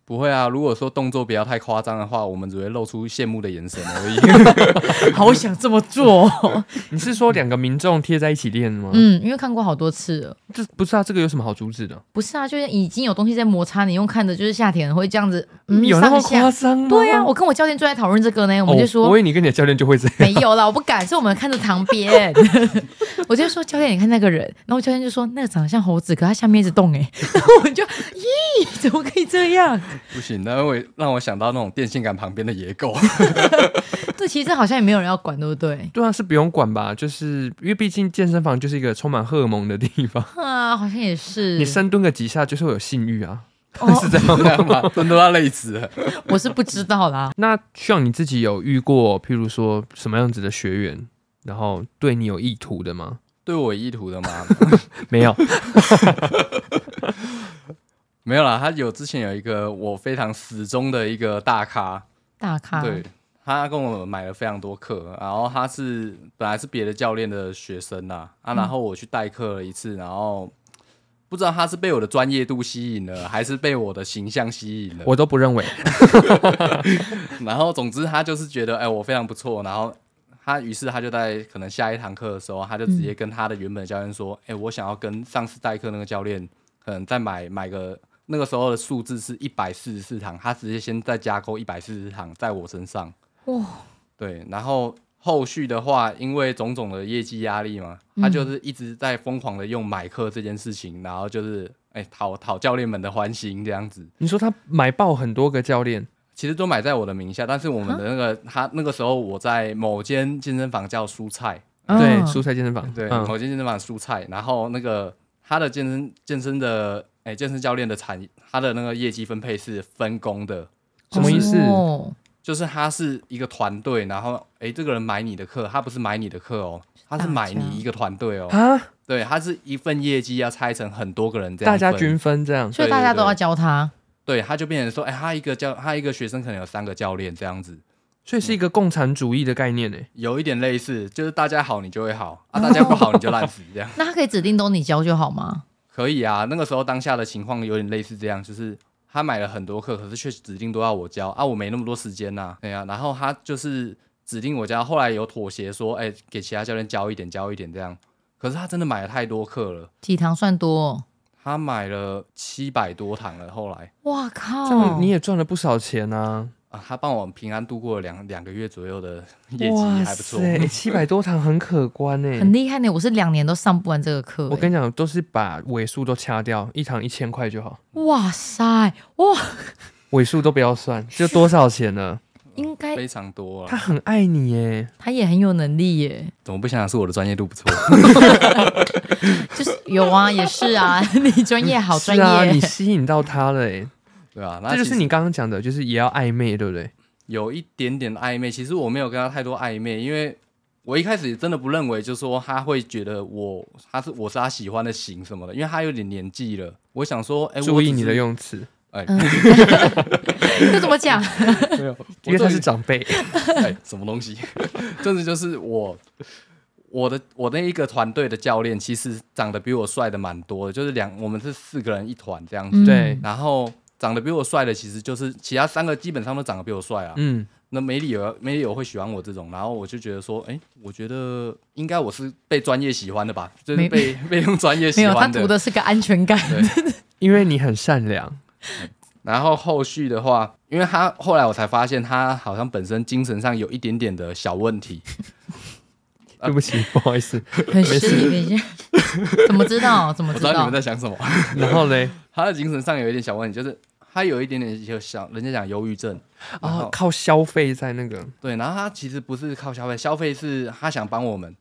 [SPEAKER 1] 不会啊，如果说动作不要太夸张的话，我们只会露出羡慕的眼神而已。
[SPEAKER 3] 好想这么做、哦，
[SPEAKER 2] 你是说两个民众贴在一起练吗？
[SPEAKER 3] 嗯，因为看过好多次了。
[SPEAKER 2] 这不是啊，这个有什么好阻止的？
[SPEAKER 3] 不是啊，就是已经有东西在摩擦，你用看的就是夏天会这样子，嗯，
[SPEAKER 2] 有那么
[SPEAKER 3] 上下啊
[SPEAKER 2] 夸张吗？
[SPEAKER 3] 对呀、我跟我教练就在讨论这个呢，我们就说、
[SPEAKER 2] 哦、我以为你跟你的教练就会 这样。
[SPEAKER 3] 没有啦，我不敢，是我们看着旁边。我就说教练，你看那个人，然后教练就说那个长得像猴子，可他下面一直动哎、然后 我就咦，怎么可以这样？
[SPEAKER 1] 不行，那会让我想到那种电线杆旁边的野狗。
[SPEAKER 3] 这其实好像也没有人要管，对不对？
[SPEAKER 2] 对啊，是不用管吧？就是因为毕竟健身房就是一个充满荷尔蒙的地方，
[SPEAKER 3] 啊，好像也是。
[SPEAKER 2] 你深蹲个几下就是会有性欲啊，是
[SPEAKER 3] 哦，
[SPEAKER 2] 这样
[SPEAKER 1] 这样
[SPEAKER 2] 吗？
[SPEAKER 1] 吗？真的要累死了。
[SPEAKER 3] 我是不知道啦。
[SPEAKER 2] 那像你自己有遇过，譬如说什么样子的学员，然后对你有意图的 吗？
[SPEAKER 1] 对我有意图的吗？
[SPEAKER 2] 没有，
[SPEAKER 1] 没有啦，他有之前有一个我非常死忠的一个大咖，
[SPEAKER 3] 大咖，
[SPEAKER 1] 对他跟我买了非常多课，然后他是本来是别的教练的学生啦，啊，然后我去代课了一次，然后不知道他是被我的专业度吸引了，还是被我的形象吸引了，
[SPEAKER 2] 我都不认为。
[SPEAKER 1] 然后总之他就是觉得哎、我非常不错，然后。他于是他就在可能下一堂课的时候，他就直接跟他的原本的教练说：“哎、我想要跟上次代课那个教练，可能再买买个那个时候的数字是一百四十四堂，他直接先再加购一百四十堂在我身上。
[SPEAKER 3] 哇，
[SPEAKER 1] 对，然后后续的话，因为种种的业绩压力嘛，他就是一直在疯狂的用买课这件事情，然后就是哎讨讨教练们的欢心这样子。
[SPEAKER 2] 你说他买爆很多个教练，
[SPEAKER 1] 其实都买在我的名下，但是我们的那个他那个时候我在某间健身房叫蔬菜，
[SPEAKER 2] 对，
[SPEAKER 3] 嗯
[SPEAKER 2] 蔬菜健身房，
[SPEAKER 1] 对，哦
[SPEAKER 2] 嗯
[SPEAKER 1] 某间健身房蔬菜，然后那个他的健身健身的哎、健身教练的产他的那个业绩分配是分工的，
[SPEAKER 2] 什么意思
[SPEAKER 3] 哦
[SPEAKER 1] 就是他是一个团队，然后诶，这个人买你的课，他不是买你的课哦，他是买你一个团队哦，
[SPEAKER 2] 啊，
[SPEAKER 1] 对，他是一份业绩要拆成很多个人这样
[SPEAKER 2] 大
[SPEAKER 1] 分，
[SPEAKER 2] 家均分这样。
[SPEAKER 3] 所以大家
[SPEAKER 1] 对对
[SPEAKER 3] 都
[SPEAKER 1] 对
[SPEAKER 3] 要教他。
[SPEAKER 1] 对，他就变成说，哎，他一个教他一个学生可能有三个教练这样子，
[SPEAKER 2] 所以是一个共产主义的概念呢。欸
[SPEAKER 1] 有一点类似，就是大家好你就会好啊，大家不好你就烂死这 样，
[SPEAKER 3] 那他可以指定都你教就好吗？
[SPEAKER 1] 可以啊，那个时候当下的情况有点类似这样，就是。他买了很多课，可是却指定都要我教啊，我没那么多时间呐、啊对呀、然后他就是指定我教，后来有妥协说，哎、给其他教练教一点，教一点这样。可是他真的买了太多课了，
[SPEAKER 3] 几堂算多哦？
[SPEAKER 1] 他买了七百多堂了，后来
[SPEAKER 3] 哇
[SPEAKER 2] 这样
[SPEAKER 3] 靠！
[SPEAKER 2] 你也赚了不少钱啊！
[SPEAKER 1] 啊，他帮我们平安度过了两两个月左右的业绩，
[SPEAKER 2] 哇
[SPEAKER 1] 还不错。
[SPEAKER 2] 塞，七百多堂很可观呢、
[SPEAKER 3] 很厉害呢，我是两年都上不完这个课、欸
[SPEAKER 2] 我跟你讲，都是把尾数都掐掉，一堂一千块就好，
[SPEAKER 3] 哎哇塞，哇，
[SPEAKER 2] 尾数都不要 算，就多少 钱呢？
[SPEAKER 3] 应该
[SPEAKER 1] 非常多
[SPEAKER 2] 他
[SPEAKER 1] 了，
[SPEAKER 2] 很爱你耶、
[SPEAKER 3] 他也很有能力耶，
[SPEAKER 1] 怎么不想想是我的专业度不错？
[SPEAKER 3] 就是有啊，也是啊， 你专业好专
[SPEAKER 2] 是啊，你
[SPEAKER 3] 业，
[SPEAKER 2] 吸引到他了、欸，
[SPEAKER 1] 对吧、那
[SPEAKER 2] 这就
[SPEAKER 1] 其
[SPEAKER 2] 是
[SPEAKER 1] 实
[SPEAKER 2] 你刚刚讲的，就是也要暧昧，对不对？
[SPEAKER 1] 有一点点暧昧。其实我没有跟他太多暧昧，因为我一开始真的不认为，就是说他会觉得我他是我是他喜欢的型什么的，因为他有点年纪了。我想说，哎、我
[SPEAKER 2] 注意
[SPEAKER 1] 只
[SPEAKER 2] 你
[SPEAKER 1] 是
[SPEAKER 2] 的，用词，
[SPEAKER 1] 哎、
[SPEAKER 3] 这怎么讲？
[SPEAKER 1] 没 有，
[SPEAKER 2] 啊因为他是
[SPEAKER 1] 长
[SPEAKER 2] 长 辈，
[SPEAKER 1] 哎什么东西， 真的就是我。我的我那一个团队的教练，其实长得比我帅的蛮多的，就是两我们是四个人一团这样子，
[SPEAKER 3] 嗯
[SPEAKER 2] 对
[SPEAKER 1] 然后长得比我帅的，其实就是其他三个基本上都长得比我帅啊。
[SPEAKER 2] 嗯，
[SPEAKER 1] 那没理由没理由会喜欢我这种，然后我就觉得说，哎、我觉得应该我是被专业喜欢的吧，就是
[SPEAKER 3] 没
[SPEAKER 1] 被被用专业
[SPEAKER 3] 没
[SPEAKER 1] 喜
[SPEAKER 3] 有，他
[SPEAKER 1] 欢
[SPEAKER 3] 图的是个安全感。
[SPEAKER 2] 因为你很善良，
[SPEAKER 1] 然后后续的话，因为他后来我才发现，他好像本身精神上有一点点的小问题，
[SPEAKER 2] 对 不起，不好意思。
[SPEAKER 3] 很失礼，等一下， 怎么知道？怎么
[SPEAKER 1] 我
[SPEAKER 3] 知
[SPEAKER 1] 知道你
[SPEAKER 3] 道
[SPEAKER 1] 们？在想什么。
[SPEAKER 2] 然后嘞，
[SPEAKER 1] 他的精神上有一点小问题，就是他有一点点有小，人家讲忧郁症。然后
[SPEAKER 2] 哦，靠消费在那个，
[SPEAKER 1] 对，然后他其实不是靠消费，消费是他想帮我们，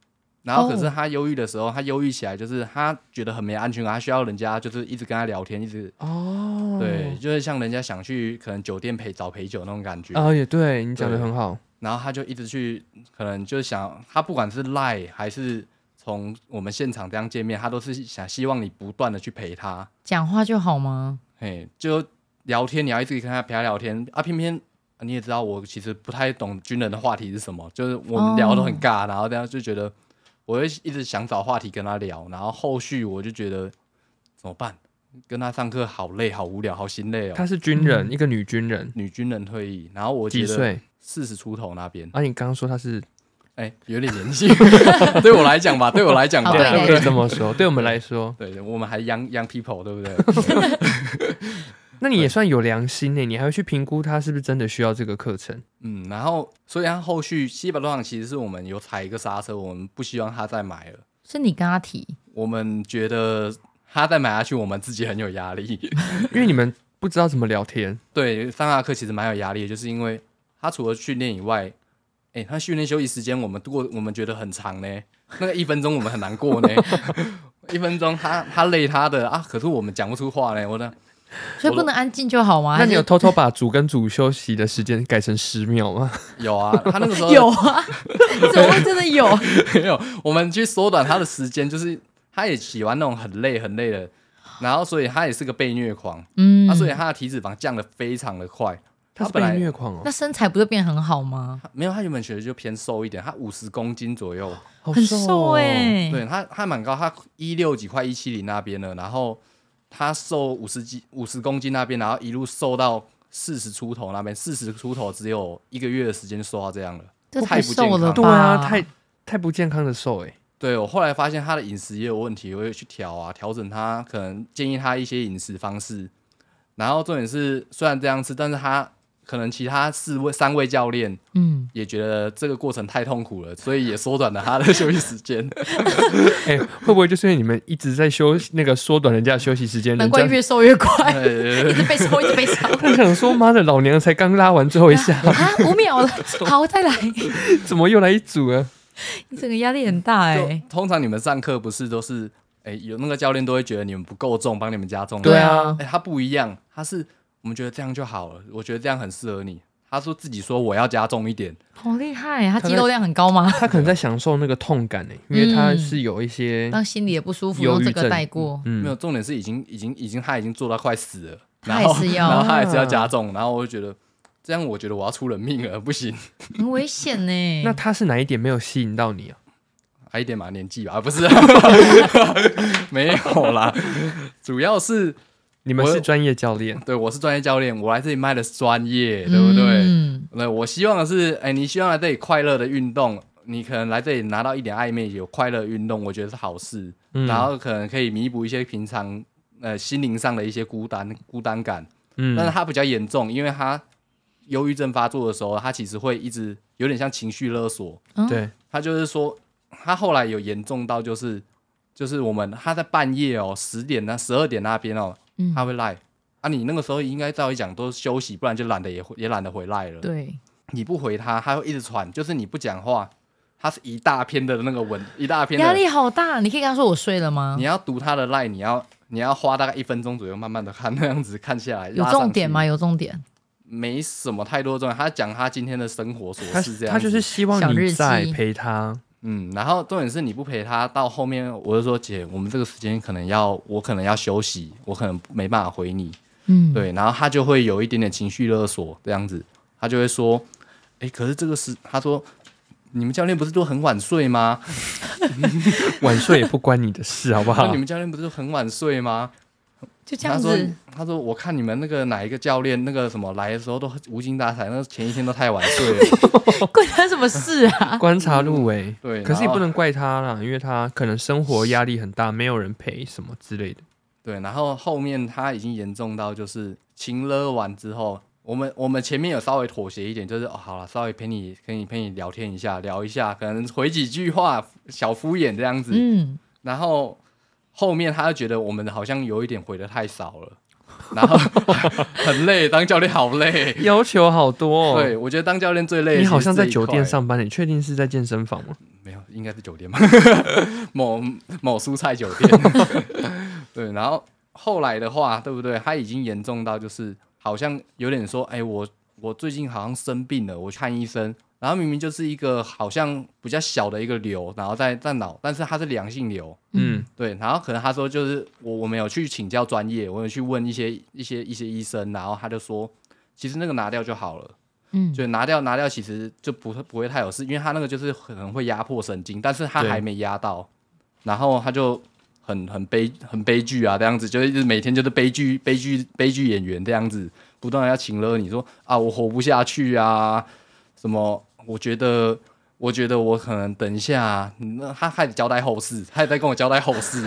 [SPEAKER 1] 然后可是
[SPEAKER 3] 哦
[SPEAKER 1] 他忧郁的时候，他忧郁起来就是他觉得很没安全感，他需要人家就是一直跟他聊天，一直
[SPEAKER 2] 哦，
[SPEAKER 1] 对，，就是像人家想去可能酒店陪找陪酒那种感觉，
[SPEAKER 2] 啊，也对你讲的很好，
[SPEAKER 1] 然后他就一直去，可能就想他不管是赖还是从我们现场这样见面，他都是想希望你不断的去陪他，
[SPEAKER 3] 讲话就好吗？
[SPEAKER 1] 嘿，就聊天你要一直跟他陪他聊天啊，偏偏。啊你也知道，我其实不太懂军人的话题是什么，就是我们聊得很尬然后这样就觉得，我会一直想找话题跟他聊，然后后续我就觉得怎么办？跟他上课好累、好无聊、好心累哦。
[SPEAKER 2] 她是军
[SPEAKER 3] 嗯
[SPEAKER 2] 人，一个女军人，
[SPEAKER 1] 女军人退役，然后我
[SPEAKER 2] 几
[SPEAKER 1] 觉得
[SPEAKER 2] 岁？
[SPEAKER 1] 四十出头那边，
[SPEAKER 2] 啊，你刚刚说她是，
[SPEAKER 1] 哎、有点年纪， 对我来讲吧，对我来讲吧，
[SPEAKER 3] 啊对
[SPEAKER 2] 啊
[SPEAKER 3] 嘞
[SPEAKER 2] 可以这么说，对我们来说，
[SPEAKER 1] 对，我们还 young young people，对不对？
[SPEAKER 2] 那你也算有良心呢，你还会去评估她是不是真的需要这个课程，
[SPEAKER 1] 嗯，然后所以他后续西伯多朗其实是我们有踩一个刹车，我们不希望他再买了，
[SPEAKER 3] 是你跟他提，
[SPEAKER 1] 我们觉得他再买下去，我们自己很有压力。
[SPEAKER 2] 因为你们不知道怎么聊天，
[SPEAKER 1] 对，上他的课其实蛮有压力的，就是因为他除了训练以外，哎、他训练休息时间我们度过，我们觉得很长呢，那个一分钟我们很难过呢， 一分钟他他累他的啊，可是我们讲不出话呢，我的。
[SPEAKER 3] 所以不能安静就好吗？
[SPEAKER 2] 那你有
[SPEAKER 3] 还
[SPEAKER 2] 偷偷把主跟主休息的时间改成十秒吗？
[SPEAKER 1] 有啊，他那个时候
[SPEAKER 3] 是 有啊？怎么会真的有？
[SPEAKER 1] 没 有，我们去缩短他的时间，就是他也喜欢那种很累很累的，然后所以他也是个被虐狂，
[SPEAKER 3] 嗯
[SPEAKER 1] 啊，所以他的体脂肪降得非常的快。他
[SPEAKER 2] 她是
[SPEAKER 1] 本
[SPEAKER 2] 被
[SPEAKER 1] 来
[SPEAKER 2] 虐狂哦
[SPEAKER 3] 那，身材不就变很好吗？
[SPEAKER 1] 没有，他原本学的就偏瘦一点，他五十公斤左右，
[SPEAKER 2] 好
[SPEAKER 3] 很
[SPEAKER 2] 瘦
[SPEAKER 3] 瘦
[SPEAKER 2] 哦，
[SPEAKER 3] 哎，
[SPEAKER 1] 对他他蛮高，他一六几快一七零那边了，然后他瘦五十几五十公斤那边，然后一路瘦到四十出头那边，四十出头只有一个月的时间就瘦到这样了。
[SPEAKER 3] 这
[SPEAKER 1] 太
[SPEAKER 3] 太
[SPEAKER 1] 不健
[SPEAKER 3] 瘦了吧？
[SPEAKER 1] 康
[SPEAKER 2] 对啊，太太不健康的瘦哎，
[SPEAKER 1] 对我后来发现他的饮食也有问题，我也去调啊，调整他，可能建议他一些饮食方式。然后重点是，虽然这样吃，但是他可能其他四位三位教练
[SPEAKER 3] 嗯，
[SPEAKER 1] 也觉得这个过程太痛苦了，所以也缩短了他的休息时间。
[SPEAKER 2] 哎、会不会就是因为你们一直在休那个缩短人家的休息时间？
[SPEAKER 3] 难怪
[SPEAKER 2] 人家
[SPEAKER 3] 越瘦越快，
[SPEAKER 1] 呃
[SPEAKER 3] 一直被瘦，一直被瘦。
[SPEAKER 2] 他想说，妈的，老娘才刚拉完最后一 下，
[SPEAKER 3] 啊，五秒了，好，我再来。
[SPEAKER 2] 怎么又来一组啊？
[SPEAKER 3] 你整个压力很大哎
[SPEAKER 1] 就，通常你们上课不是都是，哎，有那个教练都会觉得你们不够重，帮你们加重。
[SPEAKER 2] 对啊
[SPEAKER 1] 哎，他不一样，他是我们觉得这样就好了，我觉得这样很适合你。他说自己说我要加重一点，
[SPEAKER 3] 好厉害，他肌肉量很高吗？
[SPEAKER 2] 他可能在享受那个痛感呢、欸
[SPEAKER 1] 嗯
[SPEAKER 2] 因为他是有一些，
[SPEAKER 3] 让心里也不舒服，
[SPEAKER 2] 忧郁
[SPEAKER 3] 用这个
[SPEAKER 2] 症
[SPEAKER 3] 带过。
[SPEAKER 1] 没
[SPEAKER 2] 嗯，
[SPEAKER 1] 有，重点是已经已经已经他已经做到快死了，
[SPEAKER 3] 他
[SPEAKER 1] 然后
[SPEAKER 3] 还是要
[SPEAKER 1] 然后他还是要加重，然后我就觉得这样，我觉得我要出人命啊了，不行，
[SPEAKER 3] 很危险呢。
[SPEAKER 2] 那他是哪一点没有吸引到你啊？
[SPEAKER 1] 还一点嘛年纪吧，啊不是、 没有啦，主要是
[SPEAKER 2] 你们
[SPEAKER 1] 我
[SPEAKER 2] 是专业教练，
[SPEAKER 1] 对我是专业教练，我来这里卖的是专业，对不对？
[SPEAKER 3] 嗯，
[SPEAKER 1] 那、我希望的是，哎，你希望来这里快乐的运动。你可能来这里拿到一点暧昧，有快乐的运动，我觉得是好事。
[SPEAKER 2] 嗯
[SPEAKER 1] 然后可能可以弥补一些平常呃心灵上的一些孤单孤单感，
[SPEAKER 2] 嗯，
[SPEAKER 1] 但是他比较严重，因为他忧郁症发作的时候，他其实会一直有点像情绪勒索，
[SPEAKER 2] 对，
[SPEAKER 1] 他就是说，他后来有严重到就是就是我们他在半夜哦十点那十二点那边哦，
[SPEAKER 3] 嗯
[SPEAKER 1] 他会赖啊，你那个时候应该照理讲都休息，不然就懒得也回也懒得回赖了。
[SPEAKER 3] 对，
[SPEAKER 1] 你不回他，他会一直传，就是你不讲话，他是一大篇的那个文，一大篇
[SPEAKER 3] 压
[SPEAKER 1] 的，
[SPEAKER 3] 力好大。你可以跟他说我睡了吗
[SPEAKER 1] 你？要读他的赖，你要你要花大概一分钟左右，慢慢的看那样子看下来，
[SPEAKER 3] 有
[SPEAKER 1] 拉上
[SPEAKER 3] 重点
[SPEAKER 1] 去
[SPEAKER 3] 吗？？有重点。
[SPEAKER 1] 没什么太多重点，他讲他今天的生活琐
[SPEAKER 2] 他
[SPEAKER 1] 事这样
[SPEAKER 2] 他就
[SPEAKER 1] 子
[SPEAKER 2] 是希望
[SPEAKER 3] 小
[SPEAKER 2] 你
[SPEAKER 3] 日
[SPEAKER 2] 在
[SPEAKER 3] 记
[SPEAKER 2] 陪他，
[SPEAKER 1] 嗯，然后重点是你不陪他，到后面我就说姐，我们这个时间可能要，我可能要休息，我可能没办法回你。
[SPEAKER 3] 嗯，
[SPEAKER 1] 对，然后他就会有一点点情绪勒索这样子，他就会说，哎，可是这个是他说。你们教练不是都很晚睡吗？
[SPEAKER 2] 晚睡也不关你的事，好不
[SPEAKER 1] 那
[SPEAKER 2] 好
[SPEAKER 1] 你？们教练不是都很晚睡吗？
[SPEAKER 3] 就这
[SPEAKER 1] 他
[SPEAKER 3] 样
[SPEAKER 1] 说
[SPEAKER 3] 子。：“
[SPEAKER 1] 他说我看你们那个哪一个教练那个什么来的时候都无精打采，那前一天都太晚睡 了。
[SPEAKER 3] 关他什么事啊？
[SPEAKER 2] 观察入微，
[SPEAKER 1] 对
[SPEAKER 2] 可是也
[SPEAKER 1] 然后
[SPEAKER 2] 不能怪他啦，因为他可能生活压力很大，没有人陪什么之类的。
[SPEAKER 1] 对，然后后面他已经严重到就是情勒完之后，我们我们前面有稍微妥协一点，就是哦好了，稍微陪你跟你陪你聊天一下，聊一下，可能回几句话，小敷衍这样子。
[SPEAKER 3] 嗯，
[SPEAKER 1] 然后后面他就觉得我们好像有一点回的太少了，然后 很累，当教练好累。
[SPEAKER 2] 要求好多哦。
[SPEAKER 1] 对，我觉得当教练最累。
[SPEAKER 2] 你好像在酒店，上班，你欸确定是在健身房吗？
[SPEAKER 1] 没有，应该是酒店吧， 某某蔬菜酒店。 对，然后后来的话，对不对？他已经严重到就是好像有点说，哎，我我最近好像生病了，我去看医生。然后明明就是一个好像比较小的一个瘤，然后在在脑，但是它是良性瘤，
[SPEAKER 2] 嗯，
[SPEAKER 1] 对。然后可能他说就是我我没有去请教专业，我有去问一些一些一些医生，然后他就说其实那个拿掉就好了。
[SPEAKER 3] 嗯
[SPEAKER 1] 就拿掉拿掉，其实就不会不会太有事，因为他那个就是可能会压迫神经，但是他
[SPEAKER 2] 对
[SPEAKER 1] 还没压到，然后他就很很悲很悲剧啊，这样子就是一直每天就是悲剧悲剧悲剧演员这样子，不断的要请了你说啊，我活不下去啊，什么？我觉得我觉得我可能等一下，嗯那他开始交代后事，他也在跟我交代后 事，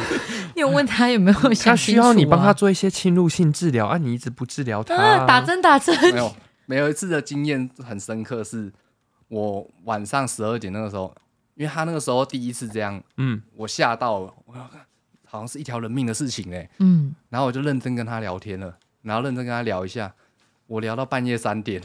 [SPEAKER 3] 你有问他有没有想
[SPEAKER 2] 他需要
[SPEAKER 3] 清
[SPEAKER 2] 你
[SPEAKER 3] 楚啊
[SPEAKER 2] 帮他做一些侵入性治疗啊，你一直不治疗他啊，
[SPEAKER 3] 啊打针打针，
[SPEAKER 1] 没有，没有一次的经验很深刻是，我晚上十二点那个时候，因为他那个时候第一次这样，
[SPEAKER 2] 嗯，
[SPEAKER 1] 我吓到了，我要看好像是一条人命的事情嘞，
[SPEAKER 3] 嗯，
[SPEAKER 1] 然后我就认真跟他聊天了，然后认真跟他聊一下，我聊到半夜三点，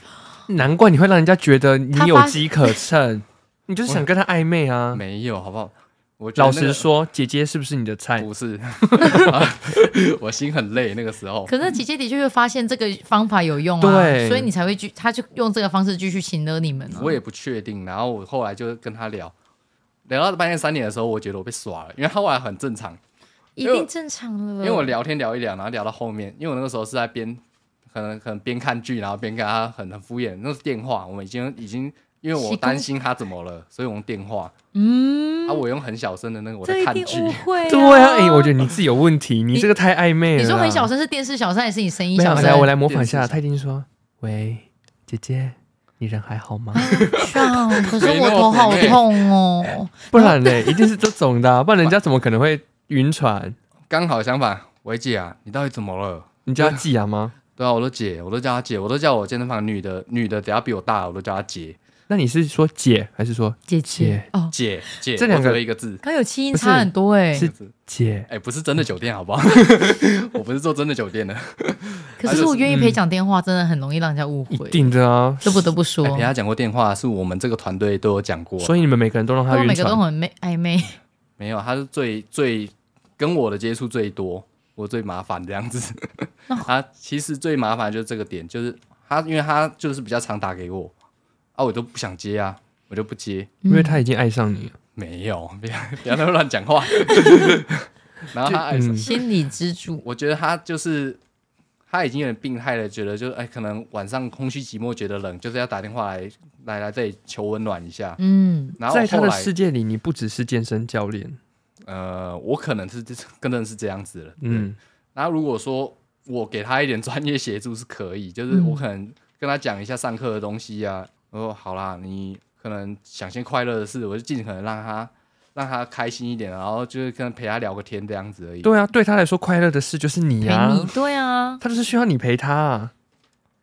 [SPEAKER 2] 难怪你会让人家觉得你
[SPEAKER 3] 他
[SPEAKER 2] 有
[SPEAKER 3] 发
[SPEAKER 2] 机可乘，你就是想跟他暧昧啊。
[SPEAKER 1] 没有，好不好？我觉得
[SPEAKER 2] 老
[SPEAKER 1] 那
[SPEAKER 2] 实
[SPEAKER 1] 个
[SPEAKER 2] 说，姐姐是不是你的菜？
[SPEAKER 1] 不是， 我心很累那个时候，
[SPEAKER 3] 可是姐姐的确会发现这个方法有用啊，
[SPEAKER 2] 对
[SPEAKER 3] 所以你才会去，他就用这个方式继续请了你们啊。
[SPEAKER 1] 我也不确定，然后我后来就跟他聊。聊到半夜三点的时候，我觉得我被耍了，因为他后来很正常，
[SPEAKER 3] 一定正常了，
[SPEAKER 1] 因为我聊天聊一聊，然后聊到后面，因为我那个时候是在边可能可能边看剧，然后边跟他很很敷衍，那是电话，我们已经已经因为
[SPEAKER 3] 习
[SPEAKER 1] 我
[SPEAKER 3] 惯
[SPEAKER 1] 担心他怎么了，所以我用电话，
[SPEAKER 3] 嗯，
[SPEAKER 1] 啊，我用很小声的那个我
[SPEAKER 3] 这
[SPEAKER 1] 在
[SPEAKER 3] 一
[SPEAKER 1] 看
[SPEAKER 3] 定哦
[SPEAKER 1] 剧
[SPEAKER 3] 误，会、
[SPEAKER 2] 对啊，哎、我觉得你自己有问题，你这个太暧昧了啦。
[SPEAKER 3] 你说很小声是电视小声还是你声音
[SPEAKER 2] 啊没有，
[SPEAKER 3] 小声
[SPEAKER 2] 来？我来模仿
[SPEAKER 1] 电
[SPEAKER 2] 一下。
[SPEAKER 1] 视
[SPEAKER 2] 他一定说：“喂，姐姐，你人还好 吗？
[SPEAKER 3] 像，可是
[SPEAKER 1] 没那么
[SPEAKER 3] 我头好
[SPEAKER 1] 妩媚
[SPEAKER 3] 痛哦。
[SPEAKER 2] 不然呢，一定是这种的 啊、不然人家怎么可能会晕船？
[SPEAKER 1] 刚好相反，维姐啊，你到底怎么了？
[SPEAKER 2] 你叫他寄养吗？
[SPEAKER 1] 对啊，我都姐，我都叫她姐，我都叫我健身房女的女的，只要比我大，我都叫她姐
[SPEAKER 2] 那你是说姐还是说
[SPEAKER 3] 姐
[SPEAKER 2] 姐
[SPEAKER 3] 姐哦，
[SPEAKER 1] 姐姐，
[SPEAKER 2] 这两个
[SPEAKER 1] 我只有一个字，
[SPEAKER 3] 刚有气音
[SPEAKER 2] 不是
[SPEAKER 3] 差很多哎、
[SPEAKER 2] 是姐？
[SPEAKER 1] 哎、不是真的酒店好 不好？我不是做真的酒店的，
[SPEAKER 3] 可是如果愿意陪讲电话，真的很容易让人家误
[SPEAKER 2] 嗯一
[SPEAKER 3] 会，
[SPEAKER 2] 定的啊！
[SPEAKER 3] 这不得不说
[SPEAKER 1] 哎。陪她讲过电话，是我们这个团队都有讲过，
[SPEAKER 2] 所以你们每个人都让
[SPEAKER 3] 他
[SPEAKER 2] 他
[SPEAKER 3] 们
[SPEAKER 2] 晕
[SPEAKER 3] 每个都
[SPEAKER 2] 船，
[SPEAKER 3] 很暧昧暧昧，
[SPEAKER 1] 没有，他是最最跟我的接触最多，我最麻烦这样子。 他其实最麻烦就是这个点，就是他，因为他就是比较常打给我，啊，我都不想接啊，我就不接。
[SPEAKER 3] 嗯
[SPEAKER 2] 因为他已经爱上你了。
[SPEAKER 1] 没有，不要不要那么乱讲话。 然后他爱上，
[SPEAKER 2] 嗯，
[SPEAKER 3] 心理支柱。
[SPEAKER 1] 我觉得他就是他已经有点病态了，觉得就是哎，可能晚上空虚寂寞，觉得冷，就是要打电话来来来这里求温暖一下。
[SPEAKER 3] 嗯，
[SPEAKER 1] 然后
[SPEAKER 2] 在他
[SPEAKER 1] 后
[SPEAKER 2] 的
[SPEAKER 1] 来，
[SPEAKER 2] 世界里，你不只是健身教练。
[SPEAKER 1] 呃，我可能是真的是这样子了，嗯。
[SPEAKER 2] 嗯，
[SPEAKER 1] 那如果说我给他一点专业协助是可以，就是
[SPEAKER 2] 嗯
[SPEAKER 1] 我可能跟他讲一下上课的东西啊，我说好啦，你可能想先快乐的事，我就尽可能让他让他开心一点，然后就是跟陪他聊个天这样子而已。
[SPEAKER 2] 对啊，对他来说快乐的事就是你
[SPEAKER 3] 陪
[SPEAKER 2] 啊，
[SPEAKER 3] 你，对啊，
[SPEAKER 2] 他就是需要你陪他、啊。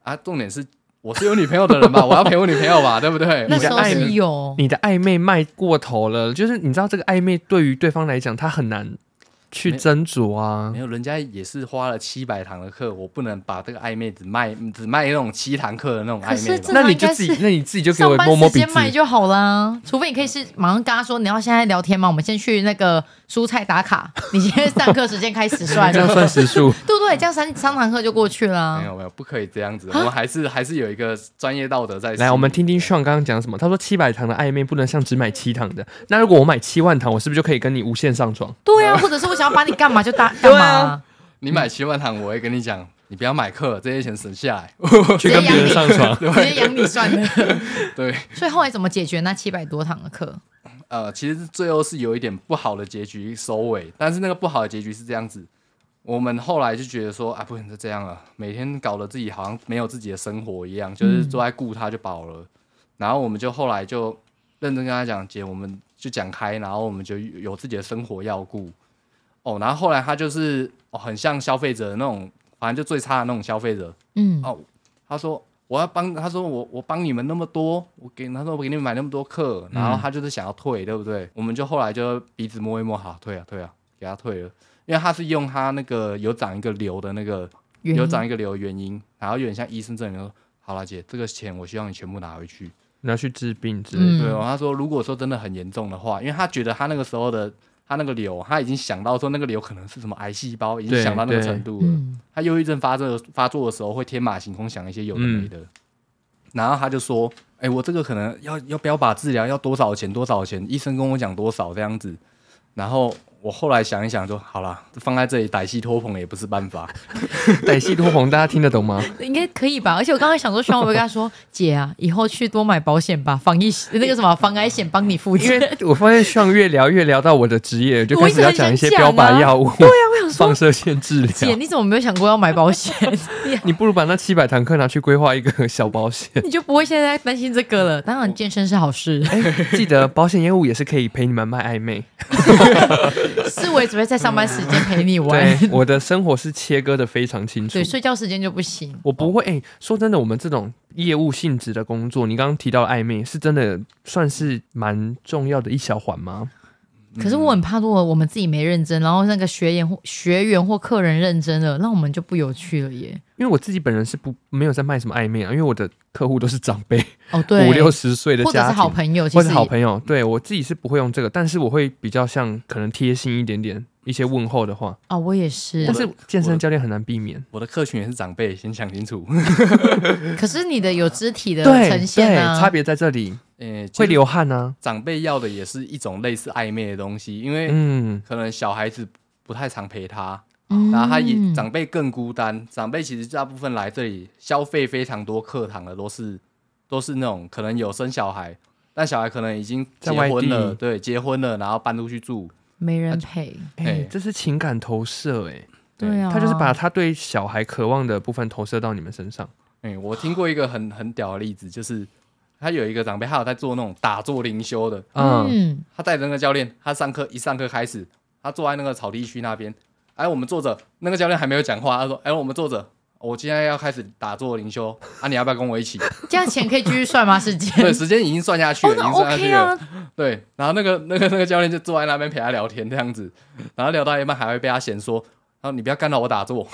[SPEAKER 1] 啊，重点是我是有女朋友的人 吧，我要陪我女朋友吧，对不对？
[SPEAKER 3] 那
[SPEAKER 2] 的
[SPEAKER 3] 时候
[SPEAKER 2] 爱
[SPEAKER 3] 是
[SPEAKER 2] 人
[SPEAKER 3] 有，
[SPEAKER 2] 你的暧昧卖过头了，就是你知道这个暧昧对于对方来讲，他很难去
[SPEAKER 1] 没
[SPEAKER 2] 斟酌啊
[SPEAKER 1] 没。有，人家也是花了七百堂的课，我不能把这个暧昧只卖只卖那种七堂课的那种
[SPEAKER 3] 可
[SPEAKER 1] 暧
[SPEAKER 3] 是
[SPEAKER 1] 昧
[SPEAKER 3] 这
[SPEAKER 1] 吧。
[SPEAKER 2] 那你
[SPEAKER 3] 应该
[SPEAKER 2] 就自己，
[SPEAKER 3] 是
[SPEAKER 2] 那你自己就给
[SPEAKER 3] 上
[SPEAKER 2] 我
[SPEAKER 3] 班
[SPEAKER 2] 摸摸
[SPEAKER 3] 时
[SPEAKER 2] 鼻
[SPEAKER 3] 间
[SPEAKER 2] 子。
[SPEAKER 3] 卖就好啦，除非你可以是马上跟他说你要现在聊天吗？我们先去那个蔬菜打卡，你今天上课时间开始算
[SPEAKER 2] 这样
[SPEAKER 3] 了，
[SPEAKER 2] 算时 数，
[SPEAKER 3] 对不对？这样三三堂课就过去
[SPEAKER 1] 没
[SPEAKER 3] 了。啊
[SPEAKER 1] 有没有，不可以这样子，我们还是还是有一个专业道德在。
[SPEAKER 2] 来，我们听听 Sean 刚刚讲什么？他说七百堂的暧昧不能像只买七堂的。那如果我买七万堂，我是不是就可以跟你无限上 床？
[SPEAKER 3] 对啊，或者是我想要把你干嘛 就打干
[SPEAKER 2] 啊
[SPEAKER 3] 嘛，
[SPEAKER 1] 你买七万堂，我会跟你讲，你不要买课，这些钱省下来。
[SPEAKER 2] 去跟别人上床？
[SPEAKER 3] 直接养你算了。
[SPEAKER 1] 对，
[SPEAKER 3] 所以后来怎么解决那七百多堂的课？
[SPEAKER 1] 呃，其实最后是有一点不好的结局收尾，但是那个不好的结局是这样子，我们后来就觉得说啊，不能再这样了，每天搞得自己好像没有自己的生活一样，就是都在顾他就饱了。然后我们就后来就认真跟他讲，姐，我们就讲开，然后我们就有自己的生活要顾。哦，然后后来他就是、哦、很像消费者那种，反正就最差的那种消费者，
[SPEAKER 3] 嗯，
[SPEAKER 1] 哦，他说我要帮，他说我我帮你们那么多，我给他说我给你们买那么多课，然后他就是想要退，对不对？
[SPEAKER 3] 嗯
[SPEAKER 1] 我们就后来就鼻子摸一摸，好退啊退啊，给他退了，因为他是用他那个有长一个瘤的那个
[SPEAKER 3] 原因
[SPEAKER 1] 有长一个瘤的原因，然后有点像医生证明说，好了姐，这个钱我希望你全部拿回去。
[SPEAKER 2] 你要去治病之类的。
[SPEAKER 3] 嗯
[SPEAKER 1] 对哦，他说如果说真的很严重的话，因为他觉得他那个时候的他那个瘤，他已经想到说那个瘤可能是什么癌细胞，已经
[SPEAKER 2] 对
[SPEAKER 1] 想到那个
[SPEAKER 2] 对
[SPEAKER 1] 程度了。
[SPEAKER 3] 嗯，
[SPEAKER 1] 他忧郁症发作发作的时候会天马行空想一些有的没的，然后他就说：“哎、我这个可能要要标靶治疗要多少钱多少钱？医生跟我讲多少这样子。”然后我后来想一想说：“好啦，放在这里歹戏拖棚也不是办法。
[SPEAKER 2] 歹戏拖棚，大家听得懂吗？
[SPEAKER 3] 应该可以吧？而且我刚刚想说，希望我会跟他说， 姐啊，以后去多买保险吧，防疫那个 什么防癌险帮你付
[SPEAKER 2] 因
[SPEAKER 3] 钱。
[SPEAKER 2] 为我发现 Sean 越聊越聊到我的职业，就
[SPEAKER 3] 我
[SPEAKER 2] 开
[SPEAKER 3] 一直
[SPEAKER 2] 始要讲一些标
[SPEAKER 3] 很想讲
[SPEAKER 2] 靶
[SPEAKER 3] 啊
[SPEAKER 2] 药物、
[SPEAKER 3] 我想 说
[SPEAKER 2] 放射线治
[SPEAKER 3] 姐，
[SPEAKER 2] 疗。
[SPEAKER 3] 你怎么没有想过要买保险？
[SPEAKER 2] 你不如把那七百堂课拿去规划一个 小保险。
[SPEAKER 3] 你就不会现在担心这个了。当然，健身是好事，
[SPEAKER 2] 记得保险业务也是可以陪你们卖暧昧。
[SPEAKER 3] 是我也只会在上班时间陪你 玩，
[SPEAKER 2] 对，我的生活是切割的非常清楚
[SPEAKER 3] 对，。睡觉时间就不行。
[SPEAKER 2] 我不会，哎、说真的，我们这种业务性质的工作，你刚刚提到的暧昧，是真的算是蛮重要的一小环吗？
[SPEAKER 3] 可是
[SPEAKER 2] 嗯
[SPEAKER 3] 我很怕，如果我们自己没认真，然后那个学员或学员或客人认真了，那我们就不有趣了耶。
[SPEAKER 2] 因为我自己本人是不没有在卖什么暧昧啊，因为我的客户都是长辈，
[SPEAKER 3] 哦，对，
[SPEAKER 2] 五六十岁的
[SPEAKER 3] 或者
[SPEAKER 2] 家
[SPEAKER 3] 是
[SPEAKER 2] 庭，
[SPEAKER 3] 好朋友，其实
[SPEAKER 2] 或者好朋友，对我自己是不会用这个，但是我会比较像可能贴心一点点一些问候的话，
[SPEAKER 3] 啊、我也是
[SPEAKER 2] 但。是健身教练很难避免。
[SPEAKER 1] 我的客群也是长辈，先讲清楚。
[SPEAKER 3] 可是你的有肢体的
[SPEAKER 2] 对
[SPEAKER 3] 呈
[SPEAKER 2] 对
[SPEAKER 3] 现，啊，
[SPEAKER 2] 差别在这里，
[SPEAKER 1] 诶、其实
[SPEAKER 2] 会流汗啊，
[SPEAKER 1] 长辈要的也是一种类似暧昧的东西，因为
[SPEAKER 2] 嗯，
[SPEAKER 1] 可能小孩子不太常陪他，
[SPEAKER 3] 嗯
[SPEAKER 1] 然后他也长辈更孤单，长辈其实大部分来这里消费非常多课堂的都是都是那种可能有生小孩，但小孩可能已经结
[SPEAKER 2] 在外
[SPEAKER 1] 婚了，
[SPEAKER 2] 地
[SPEAKER 1] 对，结婚了，然后搬出去住，
[SPEAKER 3] 没人陪，
[SPEAKER 2] 哎、
[SPEAKER 1] 哎
[SPEAKER 2] 这是情感投射、哎。
[SPEAKER 3] 对啊，
[SPEAKER 2] 他就是把他对小孩渴望的部分投射到你们身上。
[SPEAKER 1] 哎、我听过一个很很屌的例子，就是他有一个长辈，他有在做那种打坐灵修的，
[SPEAKER 2] 嗯，
[SPEAKER 3] 嗯，
[SPEAKER 1] 他带着那个教练，他上课一上课开始，他坐在那个草地区那边，哎，我们坐着，那个教练还没有讲话，他说，哎，我们坐着。我今天要开始打坐灵修啊！你要不要跟我一 起？
[SPEAKER 3] 这样钱可以继续算吗？时间
[SPEAKER 1] 对，时间已经算下去了，
[SPEAKER 3] 哦，
[SPEAKER 1] 已
[SPEAKER 3] 那
[SPEAKER 1] 经算下去
[SPEAKER 3] OK
[SPEAKER 1] 了。
[SPEAKER 3] 啊，
[SPEAKER 1] 对，然后那个那个那个教练就坐在那边陪他聊天这样子，然后聊到一半还会被他嫌说，然后你不要干扰我打坐，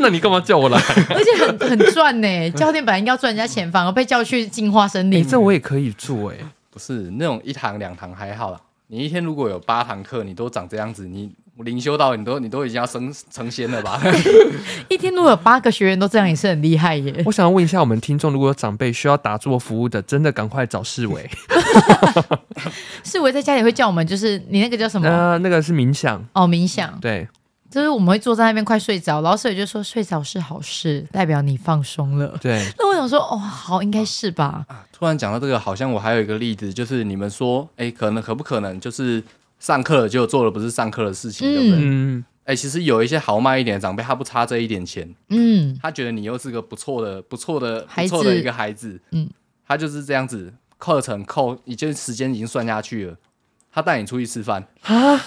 [SPEAKER 2] 那你干嘛叫我 来？
[SPEAKER 3] 而且很很赚呢。教练本来应该要赚人家钱，反而被叫去净化森
[SPEAKER 2] 你、
[SPEAKER 3] 林。
[SPEAKER 2] 哎这我也可以做哎、
[SPEAKER 3] 嗯
[SPEAKER 1] 不是那种一堂两堂还好啦，你一天如果有八堂课，你都长这样子，你灵修到你都你都已经要升成仙了吧？
[SPEAKER 3] 一天如果有八个学员都这样，也是很厉害耶。
[SPEAKER 2] 我想要问一下我们听众，如果有长辈需要打坐服务的，真的赶快找世伟。
[SPEAKER 3] 是我在家里会叫我们，就是你那个 叫什么？
[SPEAKER 2] 啊那那个是冥想，
[SPEAKER 3] 哦，冥想，
[SPEAKER 2] 对，
[SPEAKER 3] 就是我们会坐在那边快睡着，然后所以就说睡着是好事，代表你放松了。
[SPEAKER 2] 对，
[SPEAKER 3] 那我想说，哦，好，应该是吧？
[SPEAKER 1] 突然讲到这个，好像我还有一个例子，就是你们说，哎，可能可不可能就是上课了就做了不是上课的事情，对不对？
[SPEAKER 2] 嗯，
[SPEAKER 1] 哎，其实有一些豪迈一点的长辈，他不差这一点钱，
[SPEAKER 3] 嗯，
[SPEAKER 1] 他觉得你又是个不错的、不错的、
[SPEAKER 3] 孩
[SPEAKER 1] 不
[SPEAKER 3] 子
[SPEAKER 1] 错的一个孩子，
[SPEAKER 3] 嗯，
[SPEAKER 1] 他就是这样子，课程扣已经时间已经算下去了，他带你出去吃饭，
[SPEAKER 2] 啊，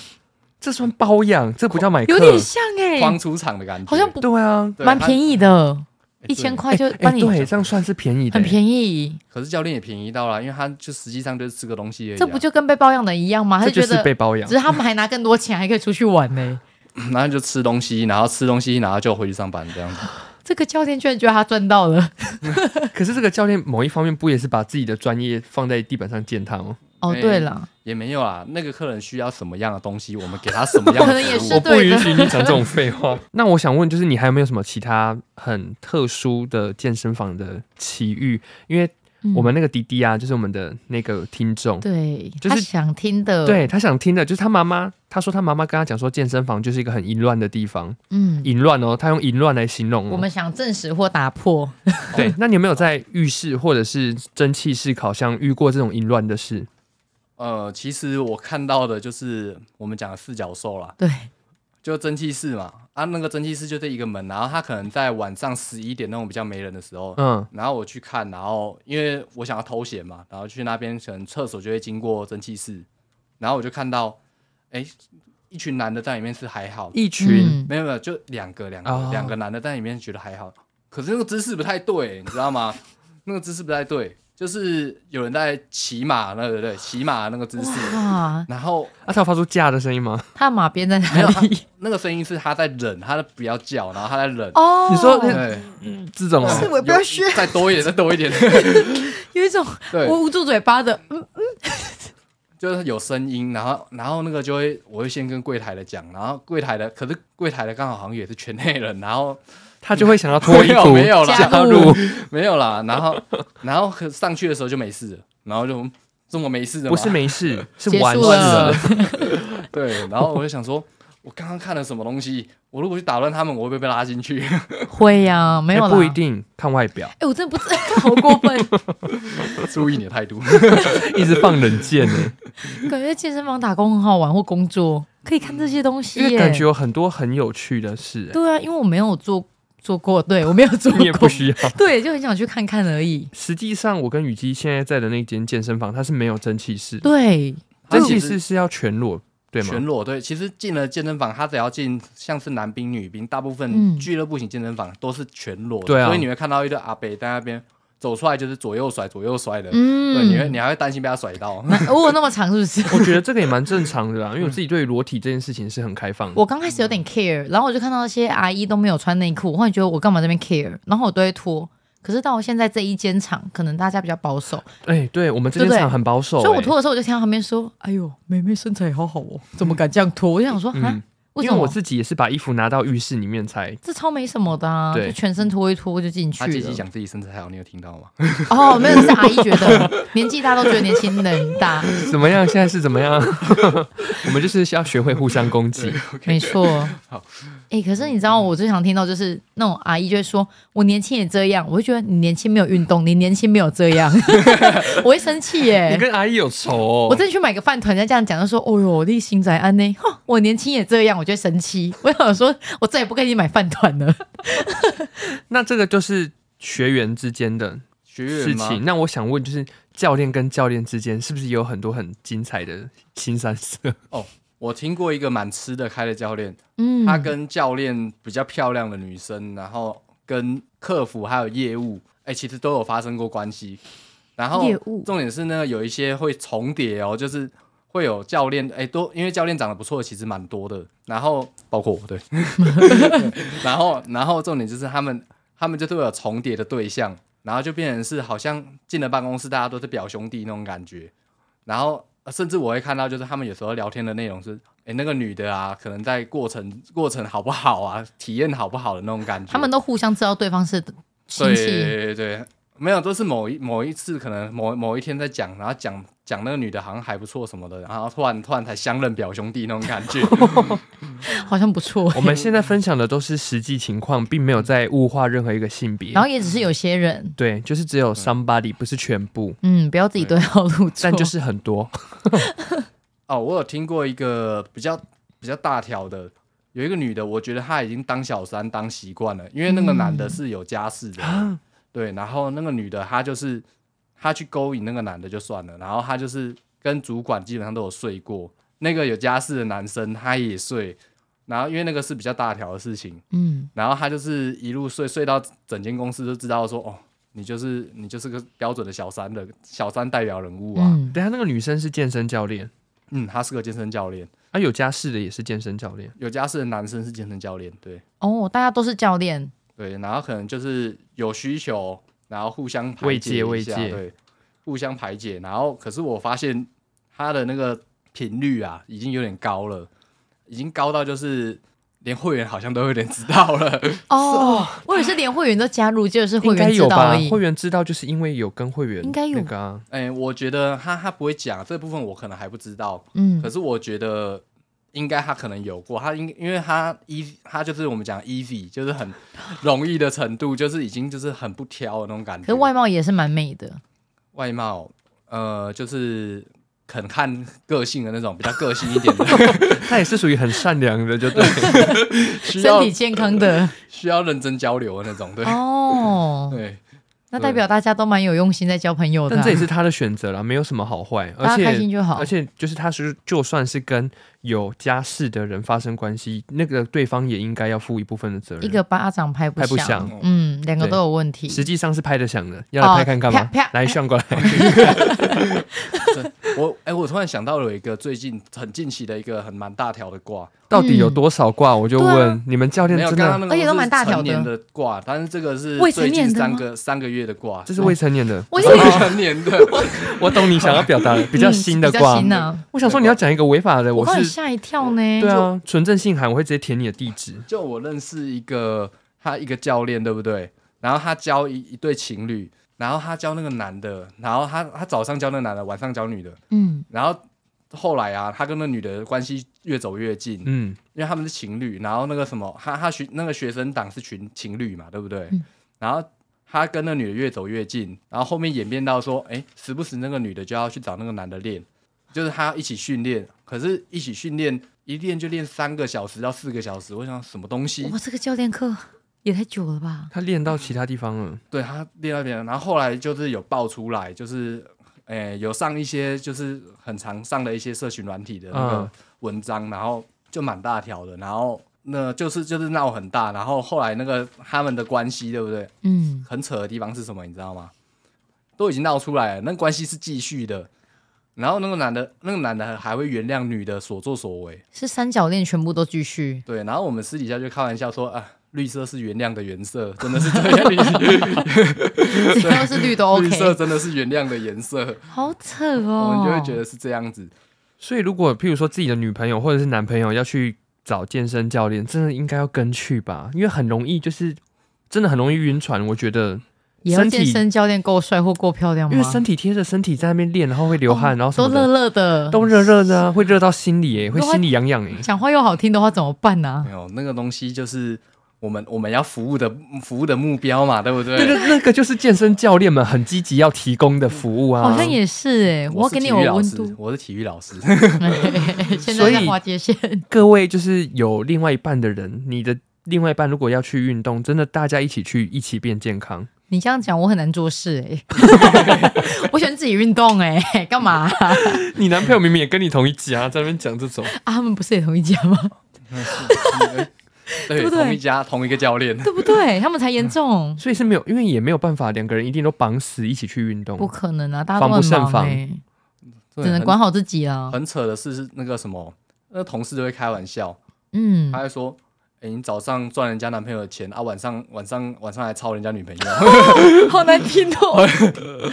[SPEAKER 2] 这算包养，这不叫买课，
[SPEAKER 3] 有点像哎、
[SPEAKER 1] 框出场的感觉，
[SPEAKER 3] 好像不
[SPEAKER 2] 对啊，
[SPEAKER 1] 对
[SPEAKER 3] 蛮
[SPEAKER 1] 他
[SPEAKER 3] 便宜的，
[SPEAKER 1] 哎
[SPEAKER 3] 一千
[SPEAKER 1] 对
[SPEAKER 3] 块就
[SPEAKER 2] 哎
[SPEAKER 3] 帮
[SPEAKER 2] 哎
[SPEAKER 3] 你，
[SPEAKER 2] 对，这样算是便宜的，
[SPEAKER 3] 很便宜。
[SPEAKER 1] 可是教练也便宜到了，因为他就实际上就是吃个东西而已啊、
[SPEAKER 3] 这不就跟被包养的一样吗？他
[SPEAKER 2] 这就
[SPEAKER 3] 觉
[SPEAKER 2] 是
[SPEAKER 3] 得，
[SPEAKER 2] 被包养
[SPEAKER 3] 只。是他们还拿更多钱，还可以出去玩呢、
[SPEAKER 1] 然后就吃东西，然后吃东西，然后就回去上班这样子。
[SPEAKER 3] 这个教练居然觉得他赚到 了。
[SPEAKER 2] 可是这个教练某一方面不也是把自己的专业放在地板上践踏吗？
[SPEAKER 3] 哦，
[SPEAKER 1] 哎
[SPEAKER 3] 对了，
[SPEAKER 1] 也没有啦，那个客人需要什么样的东西，我们给他什么样
[SPEAKER 3] 可
[SPEAKER 1] 的
[SPEAKER 3] 能也
[SPEAKER 1] 服
[SPEAKER 3] 是
[SPEAKER 1] 务。
[SPEAKER 2] 我不
[SPEAKER 3] 对
[SPEAKER 2] 允
[SPEAKER 3] 的。
[SPEAKER 2] 许你讲这种废 话。那我想问，就是你还有没有什么其他很特殊的健身房的奇遇？因为我们那个滴滴啊，就是我们的那个听众
[SPEAKER 3] 嗯、，对，
[SPEAKER 2] 就是
[SPEAKER 3] 他想听的，，
[SPEAKER 2] 对他想听的，就是他妈妈，他说他妈妈跟他讲说，健身房就是一个很淫乱的地方，
[SPEAKER 3] 嗯，
[SPEAKER 2] 淫乱哦，他用淫乱来形容、哦。
[SPEAKER 3] 我们想证实或打破。
[SPEAKER 2] 对，那你有没有在浴室或者是蒸汽室烤箱遇过这种淫乱的事？
[SPEAKER 1] 呃，其实我看到的就是我们讲的四角兽啦，
[SPEAKER 3] 对，
[SPEAKER 1] 就蒸汽室嘛，啊，那个蒸汽室就这一个门，然后他可能在晚上十一点那种比较没人的时候，
[SPEAKER 2] 嗯，
[SPEAKER 1] 然后我去看，然后因为我想要偷闲嘛，然后去那边可能厕所就会经过蒸汽室，然后我就看到，哎，一群男的在里面是还好，
[SPEAKER 2] 一群、
[SPEAKER 3] 嗯
[SPEAKER 1] 没有没有，就两个两个、
[SPEAKER 2] 哦
[SPEAKER 1] 两个男的在里面觉得还好，可是那个姿势不太对，你知道吗？ 那个姿势不太对，就是有人在骑马，那对不对？骑马那个姿势，
[SPEAKER 3] 嗯哇，
[SPEAKER 1] 然后
[SPEAKER 2] 啊，他有发出架的声音吗？
[SPEAKER 3] 他马鞭在
[SPEAKER 1] 没
[SPEAKER 3] 哪
[SPEAKER 1] 有他
[SPEAKER 3] 里？
[SPEAKER 1] 那个声音是他在忍，他不要叫，然后他在忍。
[SPEAKER 3] 哦，
[SPEAKER 2] 你说那
[SPEAKER 1] 对，
[SPEAKER 3] 嗯
[SPEAKER 2] 这种、
[SPEAKER 3] 是
[SPEAKER 2] 哦、
[SPEAKER 3] 我不要学
[SPEAKER 1] 有再多一点，再多一点。
[SPEAKER 3] 有一种
[SPEAKER 1] 对，
[SPEAKER 3] 我捂住嘴巴的，嗯
[SPEAKER 1] 就是有声音，然后然后那个就会，我会先跟柜台的讲，然后柜台的，可是柜台的刚好好像也是圈内人，然后
[SPEAKER 2] 他就会想要 脱衣
[SPEAKER 1] 没
[SPEAKER 2] 服，
[SPEAKER 1] 有没有啦
[SPEAKER 2] 加
[SPEAKER 3] 加
[SPEAKER 2] 入
[SPEAKER 3] 入
[SPEAKER 1] 没有啦，然后然后可上去的时候就没事了，然后就嗯这么没事的吗，
[SPEAKER 2] 不是没 事，是
[SPEAKER 3] 结
[SPEAKER 2] 完
[SPEAKER 3] 束
[SPEAKER 2] 事
[SPEAKER 3] 了。
[SPEAKER 1] 对，然后我就想说，我刚刚看了什么东西？我如果去打乱他们，我会不会被拉进去？
[SPEAKER 3] 会呀，没有
[SPEAKER 2] 哎
[SPEAKER 3] 啦
[SPEAKER 2] 不一。定看外 表，
[SPEAKER 3] 哎，我真的不知道，好过分！
[SPEAKER 1] 注意你的态度。
[SPEAKER 2] 一直放冷箭呢、欸
[SPEAKER 3] 感觉健身房打工很好玩，或工作可以看这些东西
[SPEAKER 2] 因为
[SPEAKER 3] 耶。
[SPEAKER 2] 感觉有很多很有趣的事、欸
[SPEAKER 3] 对啊，因为我没有做做过，对我没有做
[SPEAKER 2] 你也不
[SPEAKER 3] 过，
[SPEAKER 2] 需 要。
[SPEAKER 3] 对，就很想去看看而已。
[SPEAKER 2] 实际上，我跟雨姬现在在的那间健身房，它是没有蒸汽室，
[SPEAKER 3] 对，
[SPEAKER 2] 蒸汽室是要全裸， 对
[SPEAKER 1] 全
[SPEAKER 2] 吗？
[SPEAKER 1] 裸对，其实进了健身房，他只要进像是男兵、女兵，大部分
[SPEAKER 3] 嗯
[SPEAKER 1] 俱乐部型健身房都是全裸的，
[SPEAKER 2] 对啊
[SPEAKER 1] 所以你会看到一堆阿北在那边走出来，就是左右甩、左右甩的，对，你会
[SPEAKER 3] 嗯，
[SPEAKER 1] 你还会担心被他甩到。
[SPEAKER 3] 那 我有那么长是不是？
[SPEAKER 2] 我觉得这个也蛮正常 的啦，因为我自己对于裸体这件事情是很开放的。
[SPEAKER 3] 我刚开始有点 care，然后我就看到那些阿姨都没有穿内裤，我忽然觉得我干嘛这边 care，然后我都会脱。可是到现在这一间厂，可能大家比较保守，
[SPEAKER 2] 哎、对我们这间
[SPEAKER 3] 对不对
[SPEAKER 2] 厂很保守、
[SPEAKER 3] 所以我
[SPEAKER 2] 哎
[SPEAKER 3] 脱的时候我就听到旁边说：“哎呦，妹妹身材好好哦，怎么敢这样脱？”我就想说：“啊、
[SPEAKER 2] 嗯
[SPEAKER 3] 为
[SPEAKER 2] 因
[SPEAKER 3] 什
[SPEAKER 2] 为
[SPEAKER 3] 么？
[SPEAKER 2] 我自己也是把衣服拿到浴室里面才。
[SPEAKER 3] 这超没什么的啊，
[SPEAKER 2] 对
[SPEAKER 3] 就全身脱一脱就进 去
[SPEAKER 1] 他积极
[SPEAKER 3] 了。
[SPEAKER 1] 讲自己身材好，你有听到吗？
[SPEAKER 3] 哦，没有是阿姨觉得 年纪大都觉得年轻人 大，
[SPEAKER 2] 怎么样？现在是怎么样？ 我们就是要学会互相攻击。
[SPEAKER 3] 没错。
[SPEAKER 1] 好
[SPEAKER 3] 哎、可是你知道我最常听到就是那种阿姨就会说：“我年轻也这样。”我会觉得你年轻没有 运动，你年轻没有这样，我会生气耶、
[SPEAKER 2] 你跟阿姨有仇哦？
[SPEAKER 3] 我真的去买个饭团，人家这样讲，就说：“哦哟，你新仔安呢？哼，我年轻也这样，我就会生气。我想说，我再也不跟你买饭团了。
[SPEAKER 2] 那这个就是学员之间的
[SPEAKER 1] 学
[SPEAKER 2] 事
[SPEAKER 1] 员吗？
[SPEAKER 2] 情。那我想问，就是教练跟教练之间是不是也有很多很精彩的新三 色？
[SPEAKER 1] 我听过一个蛮吃得开的教练，”
[SPEAKER 3] 嗯，
[SPEAKER 1] 她跟教练比较漂亮的女生，然后跟客服还有业务，哎、其实都有发生过关系。然后
[SPEAKER 3] 业务
[SPEAKER 1] 重点是呢，有一些会重叠哦，就是会有教练，哎、都因为教练长得不错，其实蛮多的。然后包括我，对， 然后然后重点就是他们他们就都有重叠的对象，然后就变成是好像进了办公室，大家都是表兄弟那种感觉。然后呃甚至我会看到，就是他们有时候聊天的内容是，哎，那个女的啊，可能在过程过程好不好啊， 体验好不好的那种感觉。
[SPEAKER 3] 他们都互相知道对方是
[SPEAKER 1] 对
[SPEAKER 3] 亲戚，
[SPEAKER 1] 对对对，没有，都是某一某一次，可能某某一天在讲，然后讲讲那个女的好像还不错什么的，然后突然突然才相认表兄弟那种感觉。
[SPEAKER 3] 好像不错。
[SPEAKER 2] 我们现在分享的都是实际情况，并没有在物化任何一个性别
[SPEAKER 3] 然。后也嗯只是有些人，
[SPEAKER 2] 对，就是只有 somebody，不是全部，
[SPEAKER 3] 嗯，不要自己对号入座。
[SPEAKER 2] 但就是很多。
[SPEAKER 1] 哦，我有听过一个比较比较大条的，有一个女的，我觉得她已经当小三当习惯了，因为那个男的是有家室的，对，然后那个女的她就是她去勾引那个男的就算了，然后她就是跟主管基本上都有睡过。那个有家室的男生他也睡，然后因为那个是比较大条的事情，
[SPEAKER 3] 嗯，
[SPEAKER 1] 然后他就是一路睡睡到整间公司都知道说，哦，你就是你就是个标准的小三的小三代表人物啊。嗯
[SPEAKER 3] 嗯，
[SPEAKER 2] 等一下那个女生是健身教练，
[SPEAKER 1] 他是个健身教练，
[SPEAKER 2] 啊，有家室的也是健身教练，
[SPEAKER 1] 有家室的男生是健身教练，对
[SPEAKER 3] 哦，大家都是教练，
[SPEAKER 1] 对，然后可能就是有需求，然后互相排
[SPEAKER 2] 慰
[SPEAKER 1] 解
[SPEAKER 2] 藉
[SPEAKER 1] 一
[SPEAKER 2] 慰
[SPEAKER 1] 下，
[SPEAKER 2] 藉
[SPEAKER 1] 对，互相排解。然后可是我发现他的那个频率啊，已经有点高了，已经高到就是连会员好像都有点知道了。
[SPEAKER 3] 哦，我也是连会员都加入，就是会
[SPEAKER 2] 应该
[SPEAKER 3] 员
[SPEAKER 2] 有
[SPEAKER 3] 知道
[SPEAKER 2] 吧
[SPEAKER 3] 而？已。
[SPEAKER 2] 会员知道就是因为有跟会员
[SPEAKER 3] 应该有
[SPEAKER 2] 那个啊，
[SPEAKER 1] 哎、我觉得他他不会讲这部分，我可能还不知道。
[SPEAKER 3] 嗯
[SPEAKER 1] 可，是我觉得应该他可能有过，他应因为他 easy，他就是我们讲 easy，就是很容易的程度，就是已经就是很不挑的那种感
[SPEAKER 3] 可
[SPEAKER 1] 觉。
[SPEAKER 3] 是外貌也是蛮美的，
[SPEAKER 1] 外貌，呃，就是肯看个性的那种，比较个性一点 的，
[SPEAKER 2] 他也是属于很善良的，就
[SPEAKER 3] 哦
[SPEAKER 2] 对。
[SPEAKER 1] 需
[SPEAKER 3] 身
[SPEAKER 2] 啊
[SPEAKER 1] 要
[SPEAKER 3] 体健康的
[SPEAKER 1] 需要认真交流的那种，对、
[SPEAKER 3] 哦，
[SPEAKER 1] 对。
[SPEAKER 3] 那代表大家都蛮有用心在交朋友的啊
[SPEAKER 2] 但这也是他的选择啦，没有什么好坏，
[SPEAKER 3] 大
[SPEAKER 2] 而
[SPEAKER 3] 家
[SPEAKER 2] 且
[SPEAKER 3] 开心就好
[SPEAKER 2] 而。且就是他是就算是跟有家室的人发生关系，那个对方也应该要负一部分的责任。
[SPEAKER 3] 一个巴掌拍不
[SPEAKER 2] 拍不
[SPEAKER 3] 响，
[SPEAKER 2] 响
[SPEAKER 3] 嗯，两个都有问题。
[SPEAKER 2] 实际上是拍得响的，要来拍看干嘛？
[SPEAKER 3] 哦啪啪
[SPEAKER 2] 来炫过来，
[SPEAKER 1] 我哎、我突然想到了一个最近很近期的一个很蛮大条的卦，
[SPEAKER 2] 到底有多少卦？我就
[SPEAKER 3] 对啊
[SPEAKER 2] 问、你们教练
[SPEAKER 1] 没有
[SPEAKER 2] 真
[SPEAKER 1] 刚刚
[SPEAKER 2] 的
[SPEAKER 1] 那个
[SPEAKER 3] 而且都
[SPEAKER 1] 是
[SPEAKER 3] 蛮大条
[SPEAKER 1] 成
[SPEAKER 3] 的
[SPEAKER 1] 年的卦，但是这个是
[SPEAKER 3] 未成
[SPEAKER 1] 最近
[SPEAKER 3] 年的
[SPEAKER 1] 三
[SPEAKER 3] 吗
[SPEAKER 1] 个三个月的卦，
[SPEAKER 2] 这 是未成年的， 哦
[SPEAKER 3] 我以为
[SPEAKER 1] 未成年的，
[SPEAKER 2] 我懂你想要表达的比较新的
[SPEAKER 3] 嗯比较
[SPEAKER 2] 卦。
[SPEAKER 3] 新啊，
[SPEAKER 2] 我想说你要讲一个违法的，
[SPEAKER 3] 我
[SPEAKER 2] 我
[SPEAKER 3] 刚才
[SPEAKER 2] 是
[SPEAKER 3] 吓一跳呢。
[SPEAKER 2] 对啊，纯正信函我会直接填你的地址。
[SPEAKER 1] 就我认识一个他一个教练，对不对？然后他教一一对情侣，然后他教那个男的，然后他他早上教那个男的，晚上教女的，
[SPEAKER 3] 嗯，
[SPEAKER 1] 然后后来啊，他跟那女的关系越走越近，
[SPEAKER 2] 嗯，
[SPEAKER 1] 因为他们是情侣，然后那个什么，他他学那个学生党是群情侣嘛，对不对？
[SPEAKER 3] 嗯
[SPEAKER 1] 然后他跟那女的越走越近，然后后面演变到说，哎，时不时那个女的就要去找那个男的练，就是他一起训练，可是一起训练一练就练三个小时到四个小时，我想什么东西？
[SPEAKER 3] 哇，这个教练课也太久了吧？
[SPEAKER 2] 他练到其他地方了，
[SPEAKER 1] 对他练到别人，然后后来就是有爆出来，就是诶、有上一些就是很常上的一些社群软体的那
[SPEAKER 2] 嗯
[SPEAKER 1] 个文章，然后就蛮大条的，然后那就是就是闹很大，然后后来那个他们的关系对不对？
[SPEAKER 3] 嗯，
[SPEAKER 1] 很扯的地方是什么，你知道吗？都已经闹出来了，那关系是继续的，然后那个男的那个男的还会原谅女的所作所为，
[SPEAKER 3] 是三角恋全部都继续。
[SPEAKER 1] 对，然后我们私底下就开玩笑说啊。绿色是原谅的原色，真的是这样。
[SPEAKER 3] 只要是 绿都
[SPEAKER 1] 绿色
[SPEAKER 3] OK，
[SPEAKER 1] 真的是原谅的颜色，
[SPEAKER 3] 好扯
[SPEAKER 1] 我
[SPEAKER 3] 哦。
[SPEAKER 1] 们就会觉得是这样子。
[SPEAKER 2] 所以如果譬如说自己的女朋友或者是男朋友要去找健身教练，真的应该要跟去吧，因为很容易就是真的很容易晕船。我觉得，
[SPEAKER 3] 也要
[SPEAKER 2] 身体
[SPEAKER 3] 健身教练够帅或够漂亮吗？
[SPEAKER 2] 因为身体贴着身体在那边练，然后会流汗，然后什
[SPEAKER 3] 都
[SPEAKER 2] 么的
[SPEAKER 3] 热热的，
[SPEAKER 2] 都热热的、啊，会热到心里 耶，会
[SPEAKER 3] 如果
[SPEAKER 2] 心里痒痒哎。
[SPEAKER 3] 讲话又好听的话怎么办呢
[SPEAKER 1] 没、有那个东西，就是我们我们要服务的服务的目标嘛，对不对？
[SPEAKER 2] 那个那个就是健身教练们很积极要提供的服务啊，
[SPEAKER 3] 好像也是哎、我要
[SPEAKER 1] 我是
[SPEAKER 3] 给你
[SPEAKER 1] 体育
[SPEAKER 3] 有
[SPEAKER 1] 老
[SPEAKER 3] 温
[SPEAKER 1] 师，
[SPEAKER 3] 度。
[SPEAKER 1] 我是体育老师，
[SPEAKER 3] 现
[SPEAKER 2] 所
[SPEAKER 3] 在
[SPEAKER 2] 以
[SPEAKER 3] 在划 界线，
[SPEAKER 2] 各位就是有另外一半的人，你的另外一半如果要去运动，真的大家一起去，一起变健康。
[SPEAKER 3] 你这样讲我很难做事哎、我喜欢自己运动哎、干嘛啊、
[SPEAKER 2] 你男朋友明明也跟你同一家，在那边讲这种，
[SPEAKER 3] 他们不是也同一家吗？
[SPEAKER 1] 对，
[SPEAKER 3] 不对
[SPEAKER 1] 同一家同一个教 练。
[SPEAKER 3] 对不对？他们才严重，
[SPEAKER 2] 所以是没有，因为也没有办法，两个人一定都绑死一起去运动
[SPEAKER 3] 不。可能啊！大家都
[SPEAKER 2] 防
[SPEAKER 3] 很
[SPEAKER 2] 不胜
[SPEAKER 3] 忙
[SPEAKER 2] 防
[SPEAKER 3] 哎、
[SPEAKER 1] 对
[SPEAKER 3] 只能
[SPEAKER 1] 很
[SPEAKER 3] 管好自己啊。
[SPEAKER 1] 很扯的是是那个什么，那同事就会开玩笑，
[SPEAKER 3] 嗯
[SPEAKER 1] 他，会说：“哎，你早上赚人家男朋友的钱啊，晚上晚上晚上还操人家女朋友。
[SPEAKER 3] 好难听哦，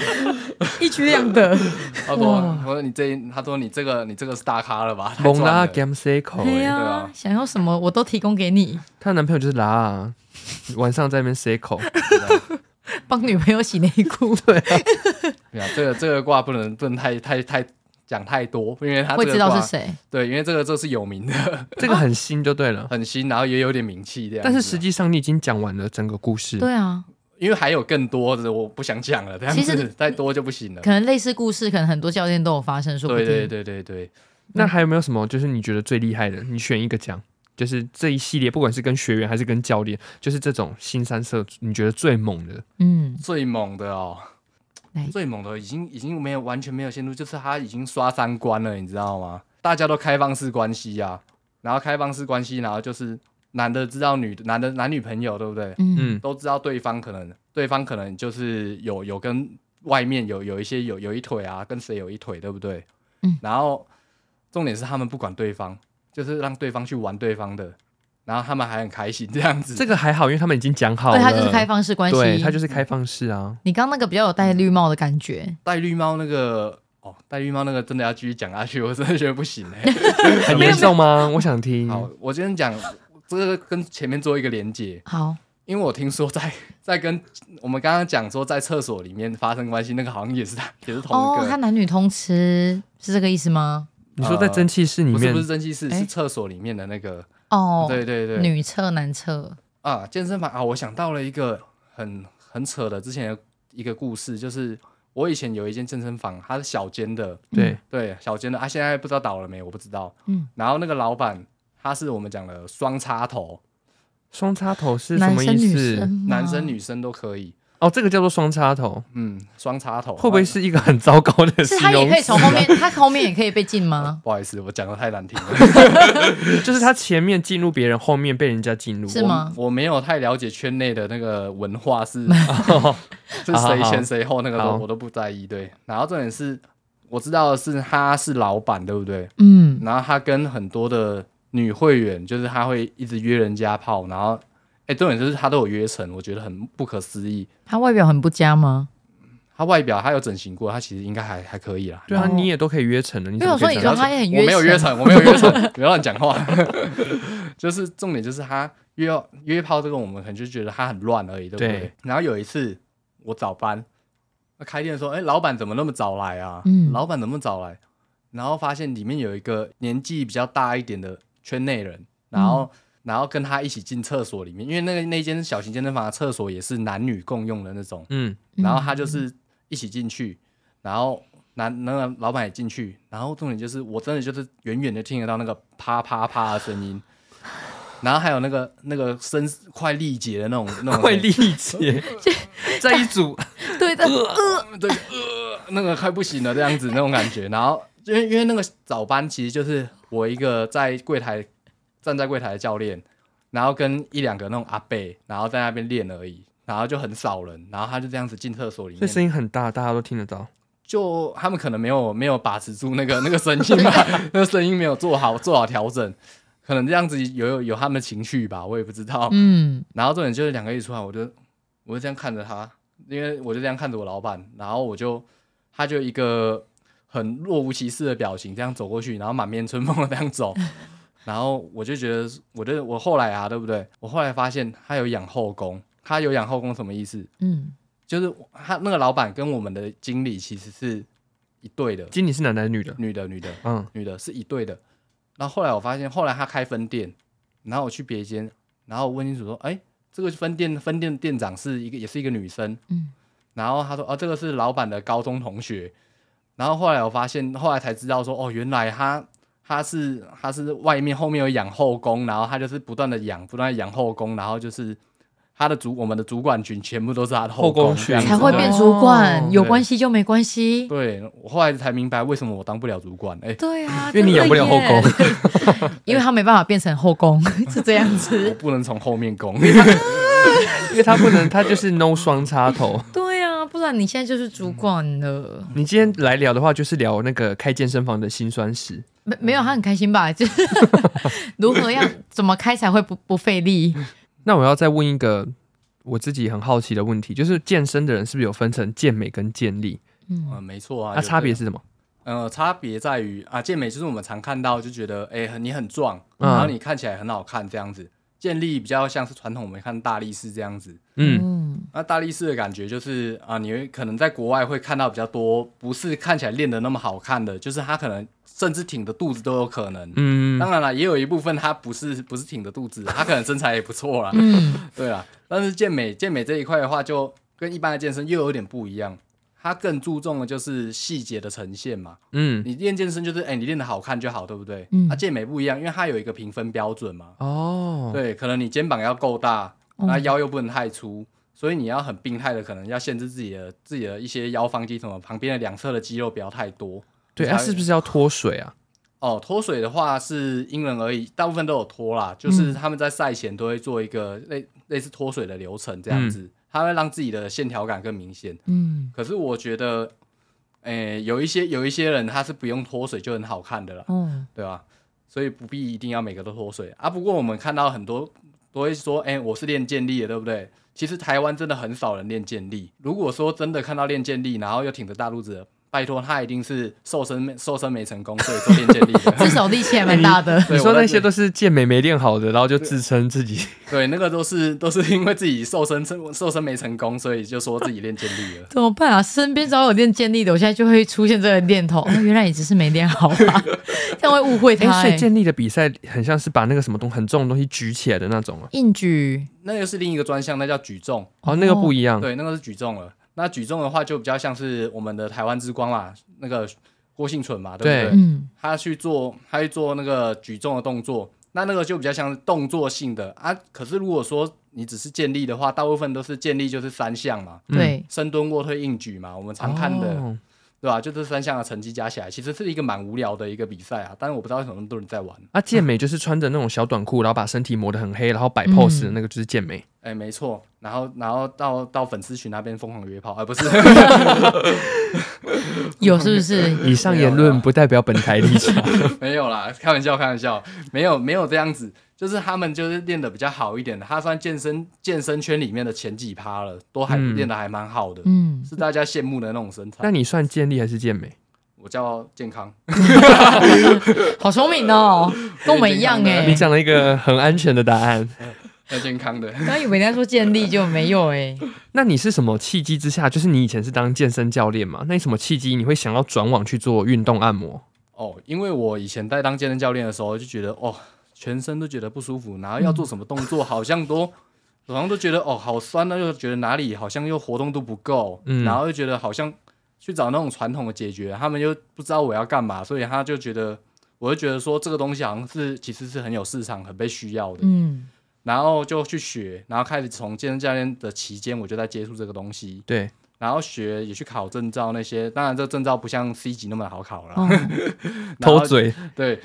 [SPEAKER 3] 一举两得。”
[SPEAKER 1] 他说：“他说你这他说你这个你这个是大咖了吧？”太
[SPEAKER 2] 蒙
[SPEAKER 1] 赚
[SPEAKER 2] 拉
[SPEAKER 1] 了
[SPEAKER 2] Game Seiko，、欸、
[SPEAKER 3] 对
[SPEAKER 1] 对啊
[SPEAKER 3] 呀，想要什么我都提供给你，
[SPEAKER 2] 她男朋友就是拉、啊，晚上在那边 Seiko，
[SPEAKER 3] 帮女朋友洗内裤，
[SPEAKER 1] 对啊，这个这个卦不能不能太太太讲太多，因为他
[SPEAKER 3] 会
[SPEAKER 1] 这个
[SPEAKER 3] 知道
[SPEAKER 1] 卦
[SPEAKER 3] 是谁。
[SPEAKER 1] 对，因为这个这是有名的，
[SPEAKER 2] 这个很新就对 了。
[SPEAKER 1] 很新，然后也有点名气这样子啊。
[SPEAKER 2] 但是实际上你已经讲完了整个故事，
[SPEAKER 3] 对啊，
[SPEAKER 1] 因为还有更多的，我不想讲了，这样
[SPEAKER 3] 其实
[SPEAKER 1] 子再多就不行了
[SPEAKER 3] 可。能类似故事，可能很多教练都有发生，说不
[SPEAKER 1] 对
[SPEAKER 3] 定。
[SPEAKER 1] 对对对对，
[SPEAKER 2] 那还有没有什么就是你觉得最厉害的？你选一个讲，就是这一系列，不管是跟学员还是跟教练，就是这种新三色，你觉得最猛的？
[SPEAKER 3] 嗯，
[SPEAKER 1] 最猛的哦，
[SPEAKER 3] 哪一个
[SPEAKER 1] 最猛的已经已经没有完全没有限度，就是他已经刷三关了，你知道吗？大家都开放式关系啊，然后开放式关系，然后就是男的知道女的男的男女朋友，对不对？
[SPEAKER 3] 嗯，
[SPEAKER 2] 嗯，
[SPEAKER 1] 都知道对方可能对方可能就是有有跟外面有有一些有有一腿啊，跟谁有一腿，对不对？
[SPEAKER 3] 嗯
[SPEAKER 1] 然后重点是他们不管对方，就是让对方去玩对方的，然后他们还很开心这样子。
[SPEAKER 2] 这个还好，因为他们已经讲好了，
[SPEAKER 3] 对，哦他就是开，放式关系，
[SPEAKER 2] 对他就是开放式 啊。
[SPEAKER 3] 你刚刚那个比较有戴绿帽的感觉，
[SPEAKER 1] 戴绿帽那个哦，戴绿帽那个真的要继续讲下去，我真的觉得不行哎、
[SPEAKER 2] 很严重吗？我想听。
[SPEAKER 1] 好，我今天讲这个跟前面做一个连接，
[SPEAKER 3] 好，
[SPEAKER 1] 因为我听说在在跟我们刚刚讲说在厕所里面发生关系，那个好像也是他也是同一
[SPEAKER 3] 哦，
[SPEAKER 1] 个，
[SPEAKER 3] 他男女通吃是这个意思吗？
[SPEAKER 2] 你说在蒸汽室里
[SPEAKER 1] 呃不是
[SPEAKER 2] 面
[SPEAKER 1] 不是蒸汽室，
[SPEAKER 3] 哎
[SPEAKER 1] 是厕所里面的那个，
[SPEAKER 3] 哦，
[SPEAKER 1] 对对对，
[SPEAKER 3] 女厕男厕，
[SPEAKER 1] 啊，健身房啊，我想到了一个很很扯的之前的一个故事，就是我以前有一间健身房，它是小间的，
[SPEAKER 2] 对，
[SPEAKER 1] 对，小间的啊，现在不知道倒了没，我不知道。
[SPEAKER 3] 嗯，
[SPEAKER 1] 然后那个老板他是我们讲的双插头，
[SPEAKER 2] 双插头是什
[SPEAKER 3] 男
[SPEAKER 2] 么
[SPEAKER 3] 生
[SPEAKER 2] 意
[SPEAKER 3] 女
[SPEAKER 2] 思
[SPEAKER 3] 生？吗
[SPEAKER 1] 男生女生都可以，
[SPEAKER 2] 哦，这个叫做双插头，
[SPEAKER 1] 嗯，双插头啊
[SPEAKER 2] 会不会？是一个很糟糕的
[SPEAKER 3] 是
[SPEAKER 2] 形
[SPEAKER 3] 他也
[SPEAKER 2] 容
[SPEAKER 3] 可以
[SPEAKER 2] 词
[SPEAKER 3] 从？后面，他后面也可以被禁吗？
[SPEAKER 1] 不好意思，我讲的太难听了，
[SPEAKER 2] 就是他前面进入别人，后面被人家进入。
[SPEAKER 3] 是吗？
[SPEAKER 1] 我没有太了解圈内的那个文化 是
[SPEAKER 2] 哦
[SPEAKER 1] 是谁前谁后那个
[SPEAKER 2] 好
[SPEAKER 1] 都我都不在意。对，然后重点是，我知道的是他是老板，对不对？
[SPEAKER 3] 嗯，
[SPEAKER 1] 然后他跟很多的女会员，就是他会一直约人家泡，然后，哎，重点就是他都有约成，我觉得很不可思议。
[SPEAKER 3] 他外表很不佳吗？
[SPEAKER 1] 他外表他有整形过，他其实应该还还可以啦。
[SPEAKER 2] 对啊，你也都可以约成的。你
[SPEAKER 3] 因
[SPEAKER 2] 怎
[SPEAKER 3] 为
[SPEAKER 2] 么
[SPEAKER 3] 我说
[SPEAKER 2] 可以
[SPEAKER 3] 你
[SPEAKER 2] 这样
[SPEAKER 3] 说他也很
[SPEAKER 1] 我
[SPEAKER 3] 约，
[SPEAKER 1] 没有约，成，我没有约成， 不要乱讲话。 就是重点就是他约约炮这个，我们可能就觉得他很乱而已，对不对？
[SPEAKER 2] 对
[SPEAKER 1] 然后有一次我早班，那开店说，哎，老板怎么那么早来啊？
[SPEAKER 3] 嗯
[SPEAKER 1] 老板怎么那么早来？然后发现里面有一个年纪比较大一点的圈内人，然后、
[SPEAKER 3] 嗯
[SPEAKER 1] 然后跟他一起进厕所里面，因为那个那间小型健身房的厕所也是男女共用的那种。
[SPEAKER 2] 嗯，
[SPEAKER 1] 然后他就是一起进去，然后男那个老板也进去，然后重点就是我真的就是远远的听得到那个啪啪啪的声音，然后还有那个那个声快力竭的那种那种
[SPEAKER 2] 快理 解，在一 组
[SPEAKER 3] 对的，
[SPEAKER 1] 对呃那个快不行了这样子那种感觉，然后因为因为那个早班其实就是我一个在柜台站在柜台的教练，然后跟一两个那种阿伯，然后在那边练而已。然后就很少人，然后他就这样子进厕所里面，
[SPEAKER 2] 这声音很大，大家都听得到。
[SPEAKER 1] 就他们可能没有没有把持住那个 那个声音吧，那个声音没有做好做好调整，可能这样子有有有他们的情绪吧，我也不知道。
[SPEAKER 3] 嗯，
[SPEAKER 1] 然后重点就是两个一出来，我就我就这样看着他，因为我就这样看着我老板，然后我就他就一个很若无其事的表情这样走过去，然后满面春风的这样走，然后我就觉得，我就我后来啊，对不对？我后来发现他有养后宫，他有养后宫什么意思？
[SPEAKER 3] 嗯，
[SPEAKER 1] 就是他那个老板跟我们的经理其实是一对的，
[SPEAKER 2] 经理是男的还是女的？
[SPEAKER 1] 女的女的
[SPEAKER 2] 嗯，
[SPEAKER 1] 女的是一对的。然后后来我发现，后来他开分店，然后我去别间，然后我问清楚说，哎，这个分店分店店长是一个也是一个女生，
[SPEAKER 3] 嗯，
[SPEAKER 1] 然后他说，哦，这个是老板的高中同学。然后后来我发现，后来才知道说，哦，原来他他是他是外面后面有养后宫，然后他就是不断的养，不断的养后宫，然后就是他的主我们的主管群全部都是他的
[SPEAKER 2] 后宫
[SPEAKER 1] 宫
[SPEAKER 2] 群
[SPEAKER 1] 这样子
[SPEAKER 3] 才会变主管，有关系就没关系。
[SPEAKER 1] 对我后来才明白为什么我当不了主管，哎、
[SPEAKER 3] 对啊，
[SPEAKER 2] 因为你养不了后宫
[SPEAKER 3] 真的耶， 因为他没办法变成后宫， 是这样
[SPEAKER 1] 我
[SPEAKER 3] 子。
[SPEAKER 1] 不能从后面攻。
[SPEAKER 2] 因为他不能，他就是 no 双插 头。
[SPEAKER 3] 对啊，不然你现在就是主管了。
[SPEAKER 2] 你今天来聊的话，就是聊那个开健身房的辛酸史。
[SPEAKER 3] 没没有，他很开心吧？ 就是如何要怎么开才会不不费力？
[SPEAKER 2] 那我要再问一个我自己很好奇的问题，就是健身的人是不是有分成健美跟健力？
[SPEAKER 1] 嗯，没错啊。
[SPEAKER 2] 那、差别
[SPEAKER 1] 有
[SPEAKER 2] 是什么？
[SPEAKER 1] 这个，呃，差别在于啊，健美就是我们常看到就觉得，哎、很你很壮，
[SPEAKER 2] 嗯
[SPEAKER 1] 然后你看起来很好看这样子。健力比较像是传统我们看大力士这样子，
[SPEAKER 2] 嗯，
[SPEAKER 3] 嗯，
[SPEAKER 1] 那大力士的感觉就是啊，你会可能在国外会看到比较多，不是看起来练得那么好看的，就是他可能甚至挺着肚子都有可能。
[SPEAKER 2] 嗯，
[SPEAKER 1] 当然了，也有一部分他不是不是挺着肚子，他可能身材也不错啦。
[SPEAKER 3] 嗯
[SPEAKER 1] 对啊，但是健美健美这一块的话，就跟一般的健身又有点不一样，它更注重的就是细节的呈现嘛。
[SPEAKER 2] 嗯，
[SPEAKER 1] 你练健身就是，哎、你练得好看就好，对不对？
[SPEAKER 3] 嗯
[SPEAKER 1] 啊，健美不一样，因为它有一个评分标准嘛。
[SPEAKER 2] 哦，
[SPEAKER 1] 对，可能你肩膀要够大，
[SPEAKER 3] 哦
[SPEAKER 1] 那腰又不能太粗，所以你要很病态的，可能要限制自己的自己的一些腰方肌什么，旁边的两侧的肌肉不要太多。
[SPEAKER 2] 对，
[SPEAKER 1] 才
[SPEAKER 2] 它、
[SPEAKER 1] 会
[SPEAKER 2] 是不是要脱水啊？
[SPEAKER 1] 哦，脱水的话是因人而异，大部分都有脱啦，就是他们在赛前都会做一个类类似脱水的流程这样子，它会让自己的线条感更明显。
[SPEAKER 3] 嗯，
[SPEAKER 1] 可是我觉得，诶、有一些有一些人他是不用脱水就很好看的啦，
[SPEAKER 3] 哦，
[SPEAKER 1] 对吧？所以不必一定要每个都脱水啊。不过我们看到很多都会说，哎、我是练健力的，对不对？其实台湾真的很少人练健力。如果说真的看到练健力，然后又挺着大肚子的，拜托他一定是瘦身没瘦身没成功，所以做练健力的。
[SPEAKER 3] 这手力气还蛮大的。
[SPEAKER 1] 对
[SPEAKER 2] 你说
[SPEAKER 1] 我在
[SPEAKER 2] 那些
[SPEAKER 1] 这
[SPEAKER 2] 都是健美没练好的，然后就自称自己
[SPEAKER 1] 对，那个都是都是因为自己瘦身成瘦身没成功，所以就说自己练健力 了。
[SPEAKER 3] 怎么办啊？身边只要有练健力的，我现在就会出现这个念头。哦、原来你只是没练好 吧？这样会误会
[SPEAKER 2] 哎、
[SPEAKER 3] 他、
[SPEAKER 2] 所以
[SPEAKER 3] 欸。
[SPEAKER 2] 健力的比赛很像是把那个什么东很重的东西举起来的那种啊。
[SPEAKER 3] 硬举，
[SPEAKER 1] 那又是另一个专项，那叫举重。
[SPEAKER 2] 哦，那个不一样。
[SPEAKER 1] 对，那个是举重了。那举重的话，就比较像是我们的台湾之光嘛，那个郭幸存嘛，对不
[SPEAKER 2] 对
[SPEAKER 1] 对？
[SPEAKER 3] 嗯，
[SPEAKER 1] 他去做，他去做那个举重的动作，那那个就比较像是动作性的啊。可是如果说你只是健力的话，大部分都是健力就是三项嘛，
[SPEAKER 2] 嗯
[SPEAKER 3] 对，
[SPEAKER 1] 深蹲、卧推、硬举嘛，我们常看的，
[SPEAKER 2] 哦
[SPEAKER 1] 对吧、就这三项的成绩加起来，其实是一个蛮无聊的一个比赛啊。但是我不知道为什么那么多人在玩。
[SPEAKER 2] 啊，健美就是穿着那种小短裤，然后把身体磨得很黑，然后摆 pose 的那个就是健美。
[SPEAKER 1] 哎，没错，然后然后到到粉丝群那边疯狂约炮，而、哎 不是
[SPEAKER 2] 嗯
[SPEAKER 3] 有是不是？
[SPEAKER 2] 以上言论不代表本台立 场。
[SPEAKER 1] 没有啦，开玩笑，开玩笑，没有没有这样子，就是他们就是练的比较好一点的，他算健身健身圈里面的前几趴了，都还
[SPEAKER 2] 嗯
[SPEAKER 1] 练的还蛮好的，
[SPEAKER 3] 嗯，
[SPEAKER 1] 是大家羡慕的那种身材
[SPEAKER 2] 那。你算健力还是健美？
[SPEAKER 1] 我叫健 康，
[SPEAKER 3] 好聪明哦，跟我们一样哎、
[SPEAKER 2] 你讲了一个很安全的答案。
[SPEAKER 1] 叫健康的。
[SPEAKER 2] 啊
[SPEAKER 3] 刚以为人家说健力就没有哎、
[SPEAKER 2] 那你是什么契机之下？就是你以前是当健身教练嘛？那你什么契机你会想要转网去做运动按摩？
[SPEAKER 1] 哦，因为我以前在当健身教练的时候，就觉得哦，全身都觉得不舒服，然后要做什么动作，好像都
[SPEAKER 3] 嗯
[SPEAKER 1] 好像都觉得哦，好酸呢，又觉得哪里好像又活动度不够，
[SPEAKER 2] 嗯
[SPEAKER 1] 然后又觉得好像去找那种传统的解决，他们又不知道我要干嘛，所以他就觉得，我就觉得说这个东西好像是其实是很有市场、很被需要的，
[SPEAKER 3] 嗯，
[SPEAKER 1] 然后就去学，然后开始从健身教练的期间，我就在接触这个东西，
[SPEAKER 2] 对，
[SPEAKER 1] 然后学也去考证照那些，当然这证照不像 C 级那么好考了，
[SPEAKER 3] 哦，
[SPEAKER 1] 然后
[SPEAKER 2] 偷嘴。
[SPEAKER 1] 对，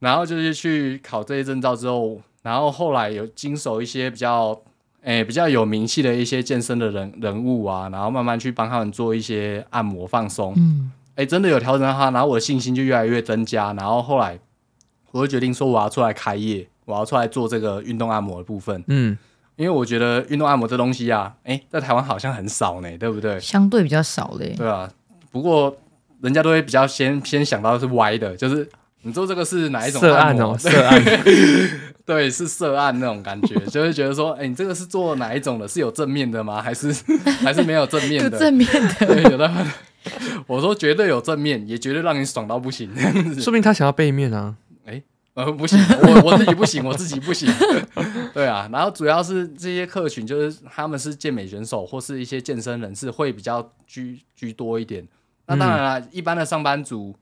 [SPEAKER 1] 然后就是去考这些证照之后，然后后来有经手一些比较，诶、比较有名气的一些健身的人人物啊，然后慢慢去帮他们做一些按摩放松，
[SPEAKER 3] 嗯，
[SPEAKER 1] 诶、真的有调整到他，然后我的信心就越来越增加，然后后来我就决定说我要出来开业，我要出来做这个运动按摩的部分，
[SPEAKER 2] 嗯，
[SPEAKER 1] 因为我觉得运动按摩这东西啊，诶、在台湾好像很少呢，对不对？
[SPEAKER 3] 相对比较少嘞、
[SPEAKER 1] 对啊，不过人家都会比较先先想到是歪的，就是你做这个是哪一种
[SPEAKER 2] 涉
[SPEAKER 1] 按
[SPEAKER 2] 案
[SPEAKER 1] 摩
[SPEAKER 2] 哦，涉 案。
[SPEAKER 1] 对，是涉案那种感觉，就会觉得说，哎、你这个是做哪一种的？是有正面的吗？还是 还是没有正面
[SPEAKER 3] 有
[SPEAKER 1] 的？
[SPEAKER 3] 正面的，
[SPEAKER 1] 对，有的。 我说绝对有正面，也绝对让你爽到不行。这样子
[SPEAKER 2] 说不定他想要背面啊。
[SPEAKER 1] 呃，不行，我我自己不行，我自己不行。 对啊，然后主要是这些客群，就是他们是健美选手或是一些健身人士，会比较居居多一点。那
[SPEAKER 3] 嗯
[SPEAKER 1] 当然啦，一般的上班族，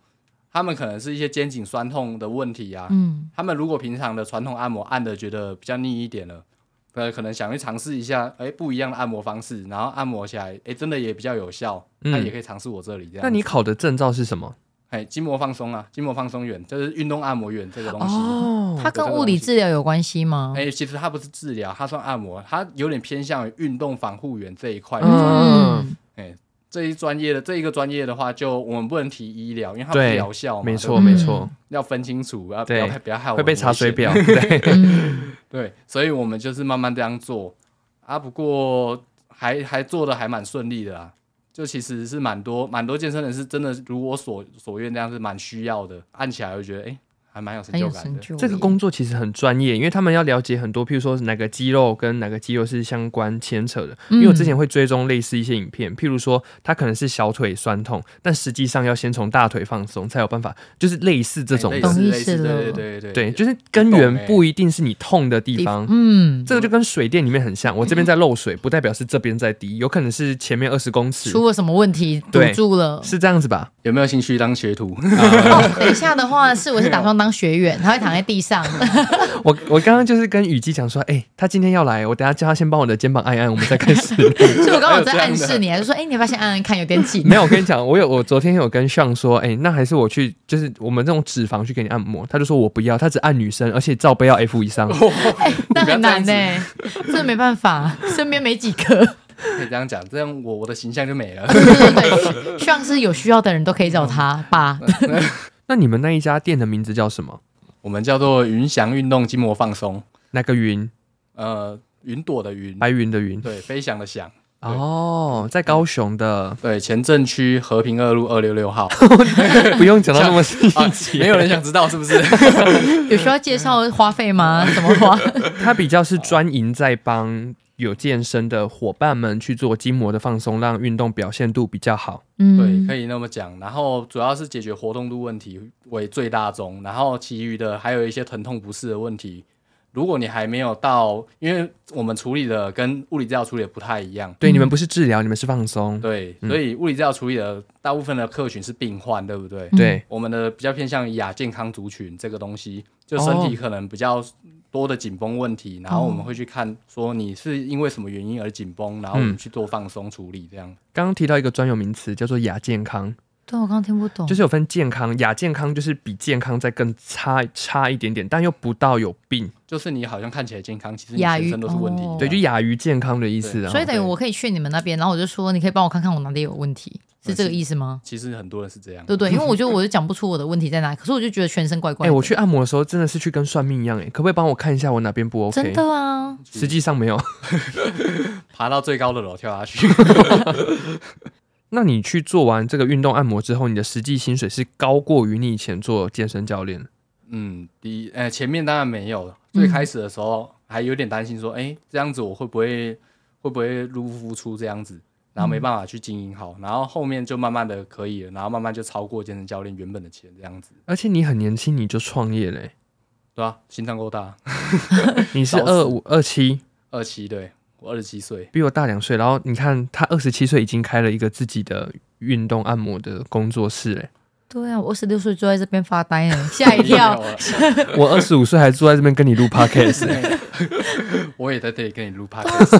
[SPEAKER 1] 他们可能是一些肩颈酸痛的问题啊，
[SPEAKER 3] 嗯，
[SPEAKER 1] 他们如果平常的传统按摩按的觉得比较腻一点了，呃，可能想去尝试一下，哎、不一样的按摩方式，然后按摩起来，哎、真的也比较有效，
[SPEAKER 2] 嗯
[SPEAKER 1] 那也可以尝试我这里这样。
[SPEAKER 2] 那你考的证照是什么？
[SPEAKER 1] 哎、筋膜放松啊，筋膜放松员就是运动按摩员这个东西。
[SPEAKER 2] 哦
[SPEAKER 3] 它跟物理治疗有关系吗？
[SPEAKER 1] 哎、其实它不是治疗，它算按摩，它有点偏向于运动防护员这一块。
[SPEAKER 3] 嗯，
[SPEAKER 1] 这一专业的这一个专业的话，就我们不能提医疗，因为它不是
[SPEAKER 2] 对
[SPEAKER 1] 疗效嘛，
[SPEAKER 2] 没
[SPEAKER 1] 对
[SPEAKER 2] 错
[SPEAKER 1] 不对
[SPEAKER 2] 没错，
[SPEAKER 1] 要分清楚，啊，不
[SPEAKER 2] 对
[SPEAKER 1] 要不要害我
[SPEAKER 2] 会被
[SPEAKER 1] 们
[SPEAKER 2] 查
[SPEAKER 1] 危险
[SPEAKER 2] 水表。对，
[SPEAKER 3] 嗯，
[SPEAKER 1] 对，所以我们就是慢慢这样做啊。不过还还做的还蛮顺利的啦，就其实是蛮多蛮多健身人是真的如我所所愿这样是蛮需要的，按起来就觉得哎、诶还蛮有成
[SPEAKER 3] 很有
[SPEAKER 1] 就感
[SPEAKER 3] 成
[SPEAKER 1] 的。
[SPEAKER 3] 就。
[SPEAKER 2] 这个工作其实很专业，因为他们要了解很多，譬如说哪个肌肉跟哪个肌肉是相关牵扯的。因为我之前会追踪类似一些影片，譬如说他可能是小腿酸痛，但实际上要先从大腿放松才有办法，就是类似这种
[SPEAKER 1] 哎类
[SPEAKER 2] 东西。
[SPEAKER 1] 似
[SPEAKER 3] 懂意
[SPEAKER 1] 类似
[SPEAKER 3] 思了
[SPEAKER 1] 对对对对
[SPEAKER 2] 对，就是根
[SPEAKER 1] 懂
[SPEAKER 2] 源
[SPEAKER 1] 欸
[SPEAKER 2] 不一定是你痛的地方。
[SPEAKER 3] 嗯，
[SPEAKER 2] 这个就跟水电里面很像，我
[SPEAKER 1] 嗯
[SPEAKER 2] 这边在漏水，不代表是这边在滴，有可能是前面二十公尺，
[SPEAKER 3] 出了什么问题堵
[SPEAKER 2] 对
[SPEAKER 3] 住了？
[SPEAKER 2] 是这样子吧？
[SPEAKER 1] 有没有兴趣当学徒？
[SPEAKER 3] 哦，等一下的话是我是打算当学员，他会躺在地上。
[SPEAKER 2] 我我刚刚就是跟雨姬讲说，哎、他今天要来，我等下叫他先帮我的肩膀按一按，我们再 开始。
[SPEAKER 3] 所以我刚
[SPEAKER 1] 还
[SPEAKER 3] 好
[SPEAKER 1] 有
[SPEAKER 3] 在
[SPEAKER 1] 这样
[SPEAKER 3] 暗
[SPEAKER 1] 的
[SPEAKER 3] 示你，还是说，哎、你要不要先按按看，有点紧？
[SPEAKER 2] 没有，我跟你讲，我有我昨天有跟上说，哎、那还是我去，就是我们这种脂肪去给你按摩，他就说我不要，他只按女生，而且罩杯要 F 以上。
[SPEAKER 1] 哦
[SPEAKER 3] 那很难
[SPEAKER 1] 你不
[SPEAKER 3] 呢、
[SPEAKER 1] 要
[SPEAKER 3] 这没办法，身边没几个。
[SPEAKER 1] 可以这样讲，这样我我的形象就没了。
[SPEAKER 3] 对对对，希望是有需要的人都可以找他吧。
[SPEAKER 2] 那你们那一家店的名字叫什么？
[SPEAKER 1] 我们叫做云翔运动筋膜放松，
[SPEAKER 2] 那个云，
[SPEAKER 1] 呃，云朵的云，
[SPEAKER 3] 哎
[SPEAKER 2] 白云的云。
[SPEAKER 1] 对，飞翔的翔，
[SPEAKER 2] 哦，在高雄的，
[SPEAKER 1] 对，前镇区和平二路二六六 号
[SPEAKER 2] 不用讲到那么细
[SPEAKER 1] 啊，没
[SPEAKER 2] 节，
[SPEAKER 1] 有人想知道是不是？
[SPEAKER 3] 有需要介绍花费吗？怎么花？
[SPEAKER 2] 他比较是专营在帮有健身的伙伴们去做筋膜的放松，让运动表现度比较好。
[SPEAKER 1] 对，
[SPEAKER 3] 嗯，
[SPEAKER 1] 可以那么讲。然后主要是解决活动度问题为最大宗，然后其余的还有一些疼痛不适的问题。如果你还没有到，因为我们处理的跟物理治疗处理的不太一样，
[SPEAKER 2] 对，
[SPEAKER 3] 嗯
[SPEAKER 2] 你们不是治疗，你们是放松。
[SPEAKER 1] 对，所以物理治疗处理的大部分的客群是病患，对不对？
[SPEAKER 3] 嗯
[SPEAKER 2] 对，
[SPEAKER 1] 我们的比较偏向亚健康族群这个东西，就身
[SPEAKER 3] 哦
[SPEAKER 1] 体可能比较多的紧绷问题，然后我们会去看说你是因为什么原因而紧绷，然后
[SPEAKER 3] 嗯
[SPEAKER 1] 我们去做放松处理，这样。
[SPEAKER 2] 刚刚提到一个专有名词叫做亚健康，
[SPEAKER 3] 对我刚刚听不懂，
[SPEAKER 2] 就是有分健康，亚健康就是比健康再更差差一点点，但又不到有病，
[SPEAKER 1] 就是你好像看起来健康，其实你
[SPEAKER 3] 亚
[SPEAKER 1] 全
[SPEAKER 3] 于
[SPEAKER 1] 身都是问题
[SPEAKER 3] 哦。
[SPEAKER 2] 对，就亚于健康的意思啊。
[SPEAKER 3] 所以等于我可以去你们那边，然后我就说，你可以帮我看看我哪里有问题，是这个意思吗？
[SPEAKER 1] 其实很多人是这样。
[SPEAKER 3] 对不对？因为我觉得我就讲不出我的问题在哪，可是我就觉得全身怪怪
[SPEAKER 2] 哎、
[SPEAKER 3] 的。
[SPEAKER 2] 我去按摩的时候真的是去跟算命一样、哎，可不可以帮我看一下我哪边不 OK？
[SPEAKER 3] 真的啊，
[SPEAKER 2] 实际上没有。
[SPEAKER 1] 爬到最高的楼跳下去，
[SPEAKER 2] 那你去做完这个运动按摩之后，你的实际薪水是高过于你以前做健身教练的。
[SPEAKER 1] 嗯，第一，呃，前面当然没有，最开始的时候还有点担心说，哎、这样子我会不会会不会入不敷出这样子，然后没办法去经营好，然后后面就慢慢的可以了，然后慢慢就超过健身教练原本的钱这样子，
[SPEAKER 2] 而且你很年轻你就创业 嘞、
[SPEAKER 1] 对吧、心脏够大，
[SPEAKER 2] 你是
[SPEAKER 1] 早死
[SPEAKER 2] 二五二七，
[SPEAKER 1] 二七对我二十七岁，
[SPEAKER 2] 比我大两岁。然后你看他二十七岁已经开了一个自己的运动按摩的工作室嘞、
[SPEAKER 3] 对啊，我二十六岁坐在这边发呆呢，吓 一跳。
[SPEAKER 1] 没有了
[SPEAKER 2] 我二十五岁还坐在这边跟你录 podcast，、
[SPEAKER 1] 我也在这里跟你录 podcast，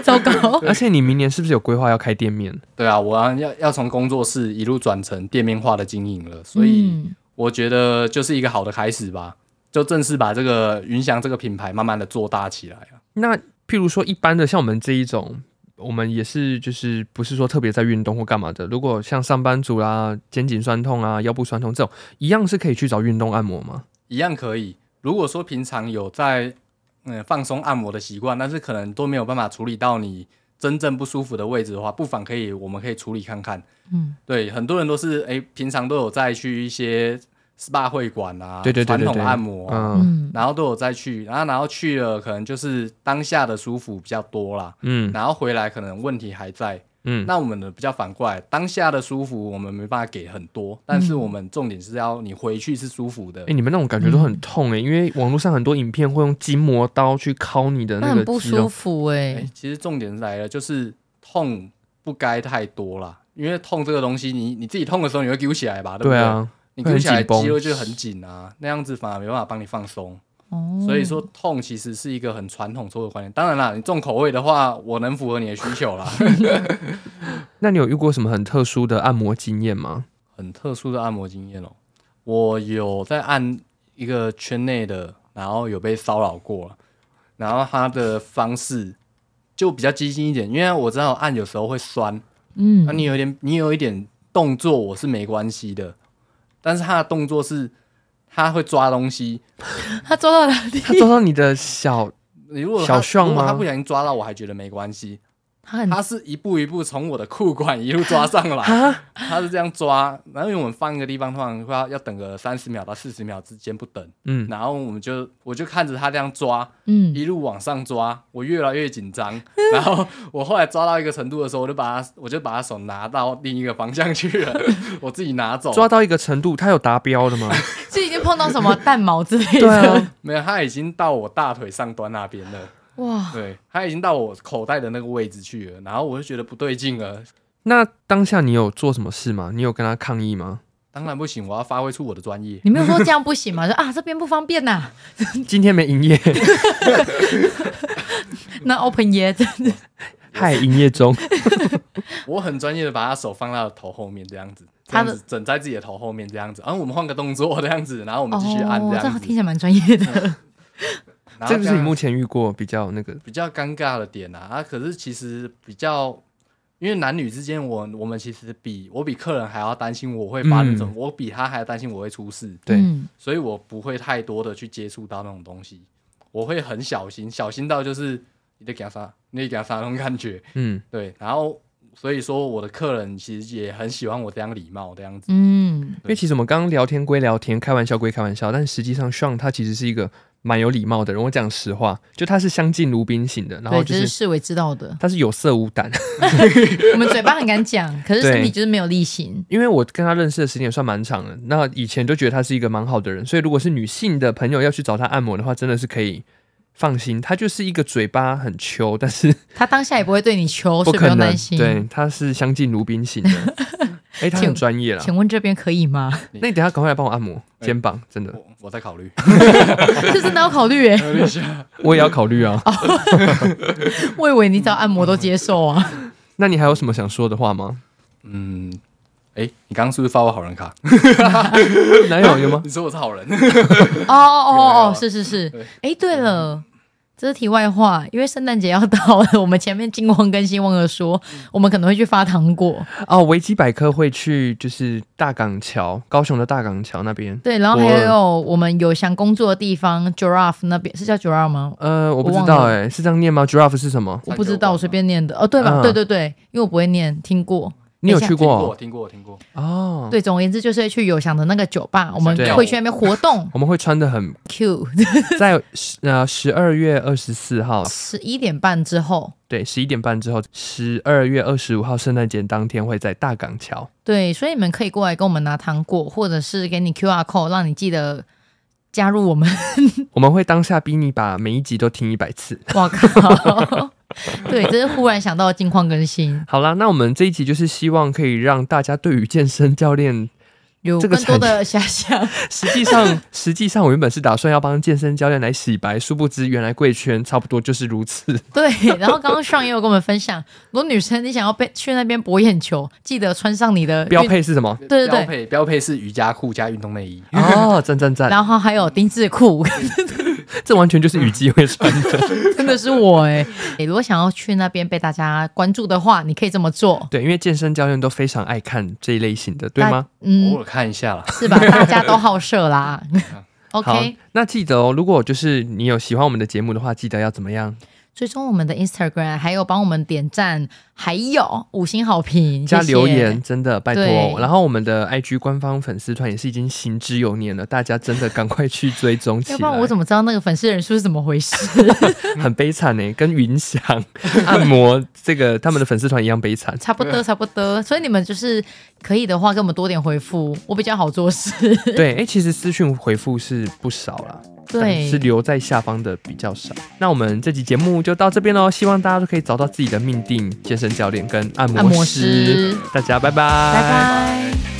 [SPEAKER 3] 糟糕，
[SPEAKER 2] 而且你明年是不是有规划要开店面？
[SPEAKER 1] 对啊，我要要要从工作室一路转成店面化的经营了，所以。
[SPEAKER 3] 嗯
[SPEAKER 1] 我觉得就是一个好的开始吧，就正式把这个云翔这个品牌慢慢的做大起来啊。
[SPEAKER 2] 那譬如说一般的像我们这一种，我们也是就是不是说特别在运动或干嘛的。如果像上班族啦、肩颈酸痛啊、腰部酸痛这种，一样是可以去找运动按摩吗？
[SPEAKER 1] 一样可以。如果说平常有在嗯放松按摩的习惯，但是可能都没有办法处理到你真正不舒服的位置的话，不妨可以我们可以处理看看。
[SPEAKER 3] 嗯，
[SPEAKER 1] 对，很多人都是诶，平常都有在去一些 SPA 会馆啊，
[SPEAKER 2] 对对对对
[SPEAKER 1] 传
[SPEAKER 2] 对，
[SPEAKER 1] 统按摩啊、
[SPEAKER 2] 嗯
[SPEAKER 3] 嗯，
[SPEAKER 1] 然后都有再去，然后然后去了，可能就是当下的舒服比较多啦，
[SPEAKER 2] 嗯
[SPEAKER 1] 然后回来可能问题还在，
[SPEAKER 2] 嗯，
[SPEAKER 1] 那我们的比较反过来，当下的舒服我们没办法给很多，但
[SPEAKER 2] 嗯
[SPEAKER 1] 是我们重点是要你回去是舒服的。
[SPEAKER 2] 哎、你们那种感觉都
[SPEAKER 3] 嗯
[SPEAKER 2] 很痛哎、因为网络上很多影片会用筋膜刀去敲你的
[SPEAKER 3] 那
[SPEAKER 2] 个
[SPEAKER 3] 很不
[SPEAKER 2] 肌
[SPEAKER 3] 舒
[SPEAKER 2] 肉，
[SPEAKER 3] 服哎、
[SPEAKER 1] 诶其实重点来了，就是痛不该太多啦，因为痛这个东西你，你自己痛的时候你会揪起来吧，对不
[SPEAKER 2] 对啊，
[SPEAKER 1] 你揪起来
[SPEAKER 2] 会很紧绷
[SPEAKER 1] 肌肉就很紧啊，那样子反而没办法帮你放松。
[SPEAKER 2] 嗯
[SPEAKER 3] 哦，
[SPEAKER 1] 所以说痛其实是一个很传统错的观念。当然啦，你重口味的话，我能符合你的需求啦。
[SPEAKER 2] 那你有遇过什么很特殊的按摩经验吗？
[SPEAKER 1] 很特殊的按摩经验哦。我有在按一个圈内的，然后有被骚扰过了，然后他的方式就比较激进一点，因为我知道按有时候会酸，那、
[SPEAKER 3] 嗯，
[SPEAKER 1] 你有一点你有一点动作我是没关系的，但是他的动作是他会抓东西，
[SPEAKER 3] 他抓到哪里？
[SPEAKER 2] 他抓到你的小，
[SPEAKER 1] 你如果
[SPEAKER 2] 小
[SPEAKER 1] 他
[SPEAKER 2] 炫
[SPEAKER 1] 如果
[SPEAKER 2] 吗
[SPEAKER 1] 他不小心抓到我还觉得没关系，
[SPEAKER 3] 他 很
[SPEAKER 1] 他是一步一步从我的裤管一路抓上来，他是这样抓，然后因为我们放一个地方，通常会要要等个三十秒到四十秒之间不等，
[SPEAKER 2] 嗯，
[SPEAKER 1] 然后我们就我就看着他这样抓，
[SPEAKER 3] 嗯，
[SPEAKER 1] 一路往上抓，我越来越紧张，然后我后来抓到一个程度的时候，我就把他我就把他手拿到另一个方向去 了，我自己拿走，
[SPEAKER 2] 抓到一个程度，他有达标 的吗？
[SPEAKER 3] 这已经碰到什么蛋毛之类
[SPEAKER 2] 对
[SPEAKER 3] 的，
[SPEAKER 2] 啊，
[SPEAKER 1] 没有，他已经到我大腿上端那边了，
[SPEAKER 3] 哇，
[SPEAKER 1] 对他已经到我口袋的那个位置去了，然后我就觉得不对劲了，
[SPEAKER 2] 那当下你有做什么事吗？你有跟他抗议吗？
[SPEAKER 1] 当然不行，我要发挥出我的专业。
[SPEAKER 3] 你没有说这样不行吗？ 说啊这边不方便呐、
[SPEAKER 2] 今天没营 业，
[SPEAKER 3] 那 open 耶，
[SPEAKER 2] 嗨，营业中。
[SPEAKER 1] 我很专业的把他手放到头后面这样子，这
[SPEAKER 3] 他
[SPEAKER 1] 样
[SPEAKER 3] 的
[SPEAKER 1] 子枕在自己的头后面这样子，啊然后我们换个动作这样子，然后我们
[SPEAKER 3] 哦
[SPEAKER 1] 继续按这，样
[SPEAKER 3] 这
[SPEAKER 1] 子。
[SPEAKER 3] 听起
[SPEAKER 1] 嗯
[SPEAKER 3] 来蛮专业的。
[SPEAKER 1] 然后
[SPEAKER 2] 这个是
[SPEAKER 1] 样
[SPEAKER 2] 你目前遇过比较那个，
[SPEAKER 1] 比较尴尬的点啊，啊，可是其实比较，因为男女之间我，我们其实比我比客人还要担心我会发生什
[SPEAKER 2] 嗯
[SPEAKER 1] 么，我比他还要担心我会出事，
[SPEAKER 2] 对
[SPEAKER 3] 嗯
[SPEAKER 1] 所以我不会太多的去接触到那种东西，我会很小心，小心到就是你得给他啥，你得给他啥那种感觉，
[SPEAKER 2] 嗯，
[SPEAKER 1] 对，然后所以说我的客人其实也很喜欢我这样礼貌这样子，
[SPEAKER 3] 嗯，
[SPEAKER 2] 因为其实我们刚刚聊天归聊天，开玩笑归开玩笑，但实际上 Sean 他其实是一个蛮有礼貌的人。我讲实话，就他是相敬如宾型的，然后
[SPEAKER 3] 对，
[SPEAKER 2] 就
[SPEAKER 3] 这是
[SPEAKER 2] 是
[SPEAKER 3] 市委知道的。
[SPEAKER 2] 他是有色无胆。
[SPEAKER 3] 我们嘴巴很敢讲，可是身体
[SPEAKER 2] 对
[SPEAKER 3] 就是没有力行。
[SPEAKER 2] 因为我跟他认识的时间也算蛮长的，那以前就觉得他是一个蛮好的人，所以如果是女性的朋友要去找他按摩的话，真的是可以放心。他就是一个嘴巴很秋，但 是
[SPEAKER 3] 他当下也不会对你求，
[SPEAKER 2] 不
[SPEAKER 3] 所以不
[SPEAKER 2] 可
[SPEAKER 3] 用
[SPEAKER 2] 能
[SPEAKER 3] 担，心。
[SPEAKER 2] 对，，他是相敬如宾 型的。哎、他很专业啦。
[SPEAKER 3] 请问这边可以吗？
[SPEAKER 2] 那你等一下赶快来帮我按摩肩膀，真 的，
[SPEAKER 1] 我我在考虑，
[SPEAKER 3] 这真的要考虑 哎、
[SPEAKER 1] 考虑一下，
[SPEAKER 2] 我也要考虑啊。
[SPEAKER 3] 哦我以为你找按摩都接受啊。
[SPEAKER 2] 那你还有什么想说的话吗？
[SPEAKER 1] 嗯，哎、你刚刚是不是发我好人卡？
[SPEAKER 2] 哪有有吗？
[SPEAKER 1] 你说我是好人，
[SPEAKER 3] 哦哦
[SPEAKER 1] 没有
[SPEAKER 3] 哦
[SPEAKER 1] 啊
[SPEAKER 3] 哦，是是 是
[SPEAKER 1] 对。嗯
[SPEAKER 3] 哎、对了。这是题外话，因为圣诞节要到了，我们前面金光跟新光哥说，
[SPEAKER 1] 嗯
[SPEAKER 3] 我们可能会去发糖果，
[SPEAKER 2] 哦，维基百科会去就是大港桥，高雄的大港桥那边。
[SPEAKER 3] 对，然后
[SPEAKER 2] 我
[SPEAKER 3] 还有我们有想工作的地方，Giraffe 那边是叫 Giraffe 吗？
[SPEAKER 2] 呃，我不知
[SPEAKER 3] 我
[SPEAKER 2] 道
[SPEAKER 3] 忘了
[SPEAKER 2] 哎、是这样念吗？Giraffe 是什么？
[SPEAKER 3] 我不知道，我随便念的。哦，对吧？
[SPEAKER 2] 嗯
[SPEAKER 3] 对对对，因为我不会念，听过。
[SPEAKER 2] 你有
[SPEAKER 3] 等一下
[SPEAKER 2] 去
[SPEAKER 1] 听
[SPEAKER 2] 过
[SPEAKER 1] 过，？听过，听过。嗯
[SPEAKER 2] 哦，
[SPEAKER 3] 对，总而言之就是会去有想的那个酒吧，我们
[SPEAKER 2] 对
[SPEAKER 3] 会去那边活动。
[SPEAKER 2] 我们会穿的很
[SPEAKER 3] Q
[SPEAKER 2] 在十呃十二月二十四号，
[SPEAKER 3] 十一点半之后，
[SPEAKER 2] 对，十一点半之后，十二月二十五号圣诞节当天会在大港桥。
[SPEAKER 3] 对，所以你们可以过来跟我们拿糖果，或者是给你 QR code，让你记得加入我们。
[SPEAKER 2] 我们会当下逼你把每一集都听一百次。
[SPEAKER 3] 哇靠！对，这是忽然想到的近况更新，
[SPEAKER 2] 好啦，那我们这一集就是希望可以让大家对于健身教练，
[SPEAKER 3] 有
[SPEAKER 2] 这个
[SPEAKER 3] 更多
[SPEAKER 2] 产
[SPEAKER 3] 的遐想。
[SPEAKER 2] 实际上实际上我原本是打算要帮健身教练来洗白，殊不知原来贵圈差不多就是如此。
[SPEAKER 3] 对，然后刚刚上也有跟我们分享，如果女生你想要被去那边博眼球，记得穿上你的
[SPEAKER 2] 标
[SPEAKER 3] 运
[SPEAKER 2] 配是什么？
[SPEAKER 3] 对对对
[SPEAKER 1] 标配标配是瑜伽裤加运动内衣。
[SPEAKER 2] 哦，赞赞赞！
[SPEAKER 3] 然后还有丁字裤，
[SPEAKER 2] 这完全就是雨季会穿的。
[SPEAKER 3] 真的是我哎、欸如果想要去那边被大家关注的话，你可以这么做。
[SPEAKER 2] 对，因为健身教练都非常爱看这一类型的，对吗？
[SPEAKER 3] 嗯
[SPEAKER 1] 偶，尔看一下啦，
[SPEAKER 3] 是吧？大家都好 色啦。
[SPEAKER 2] 好
[SPEAKER 3] OK，，
[SPEAKER 2] 那记得哦，如果就是你有喜欢我们的节目的话，记得要怎么样？
[SPEAKER 3] 追踪我们的 Instagram，还有帮我们点赞，还有五星好评
[SPEAKER 2] 加
[SPEAKER 3] 谢谢
[SPEAKER 2] 留言，真的拜托哦、
[SPEAKER 3] 对
[SPEAKER 2] 然后我们的 IG 官方粉丝团也是已经行之有年了，大家真的赶快去追踪起
[SPEAKER 3] 要
[SPEAKER 2] 来。
[SPEAKER 3] 不然我怎么知道那个粉丝人数是怎么 回事？
[SPEAKER 2] 很悲惨呢、欸跟云翔按摩这个他们的粉丝团一样悲惨。
[SPEAKER 3] 差不多，差不多。所以你们就是可以的话，给我们多点回复，我比较好做事。
[SPEAKER 2] 对，哎、其实私讯回复是不少啦，但
[SPEAKER 3] 对，
[SPEAKER 2] 是留在下方的比较少。那我们这期节目就到这边喽，希望大家都可以找到自己的命定健身教练跟按
[SPEAKER 3] 按摩
[SPEAKER 2] 师
[SPEAKER 3] 师。
[SPEAKER 2] 大家拜拜，
[SPEAKER 3] 拜拜。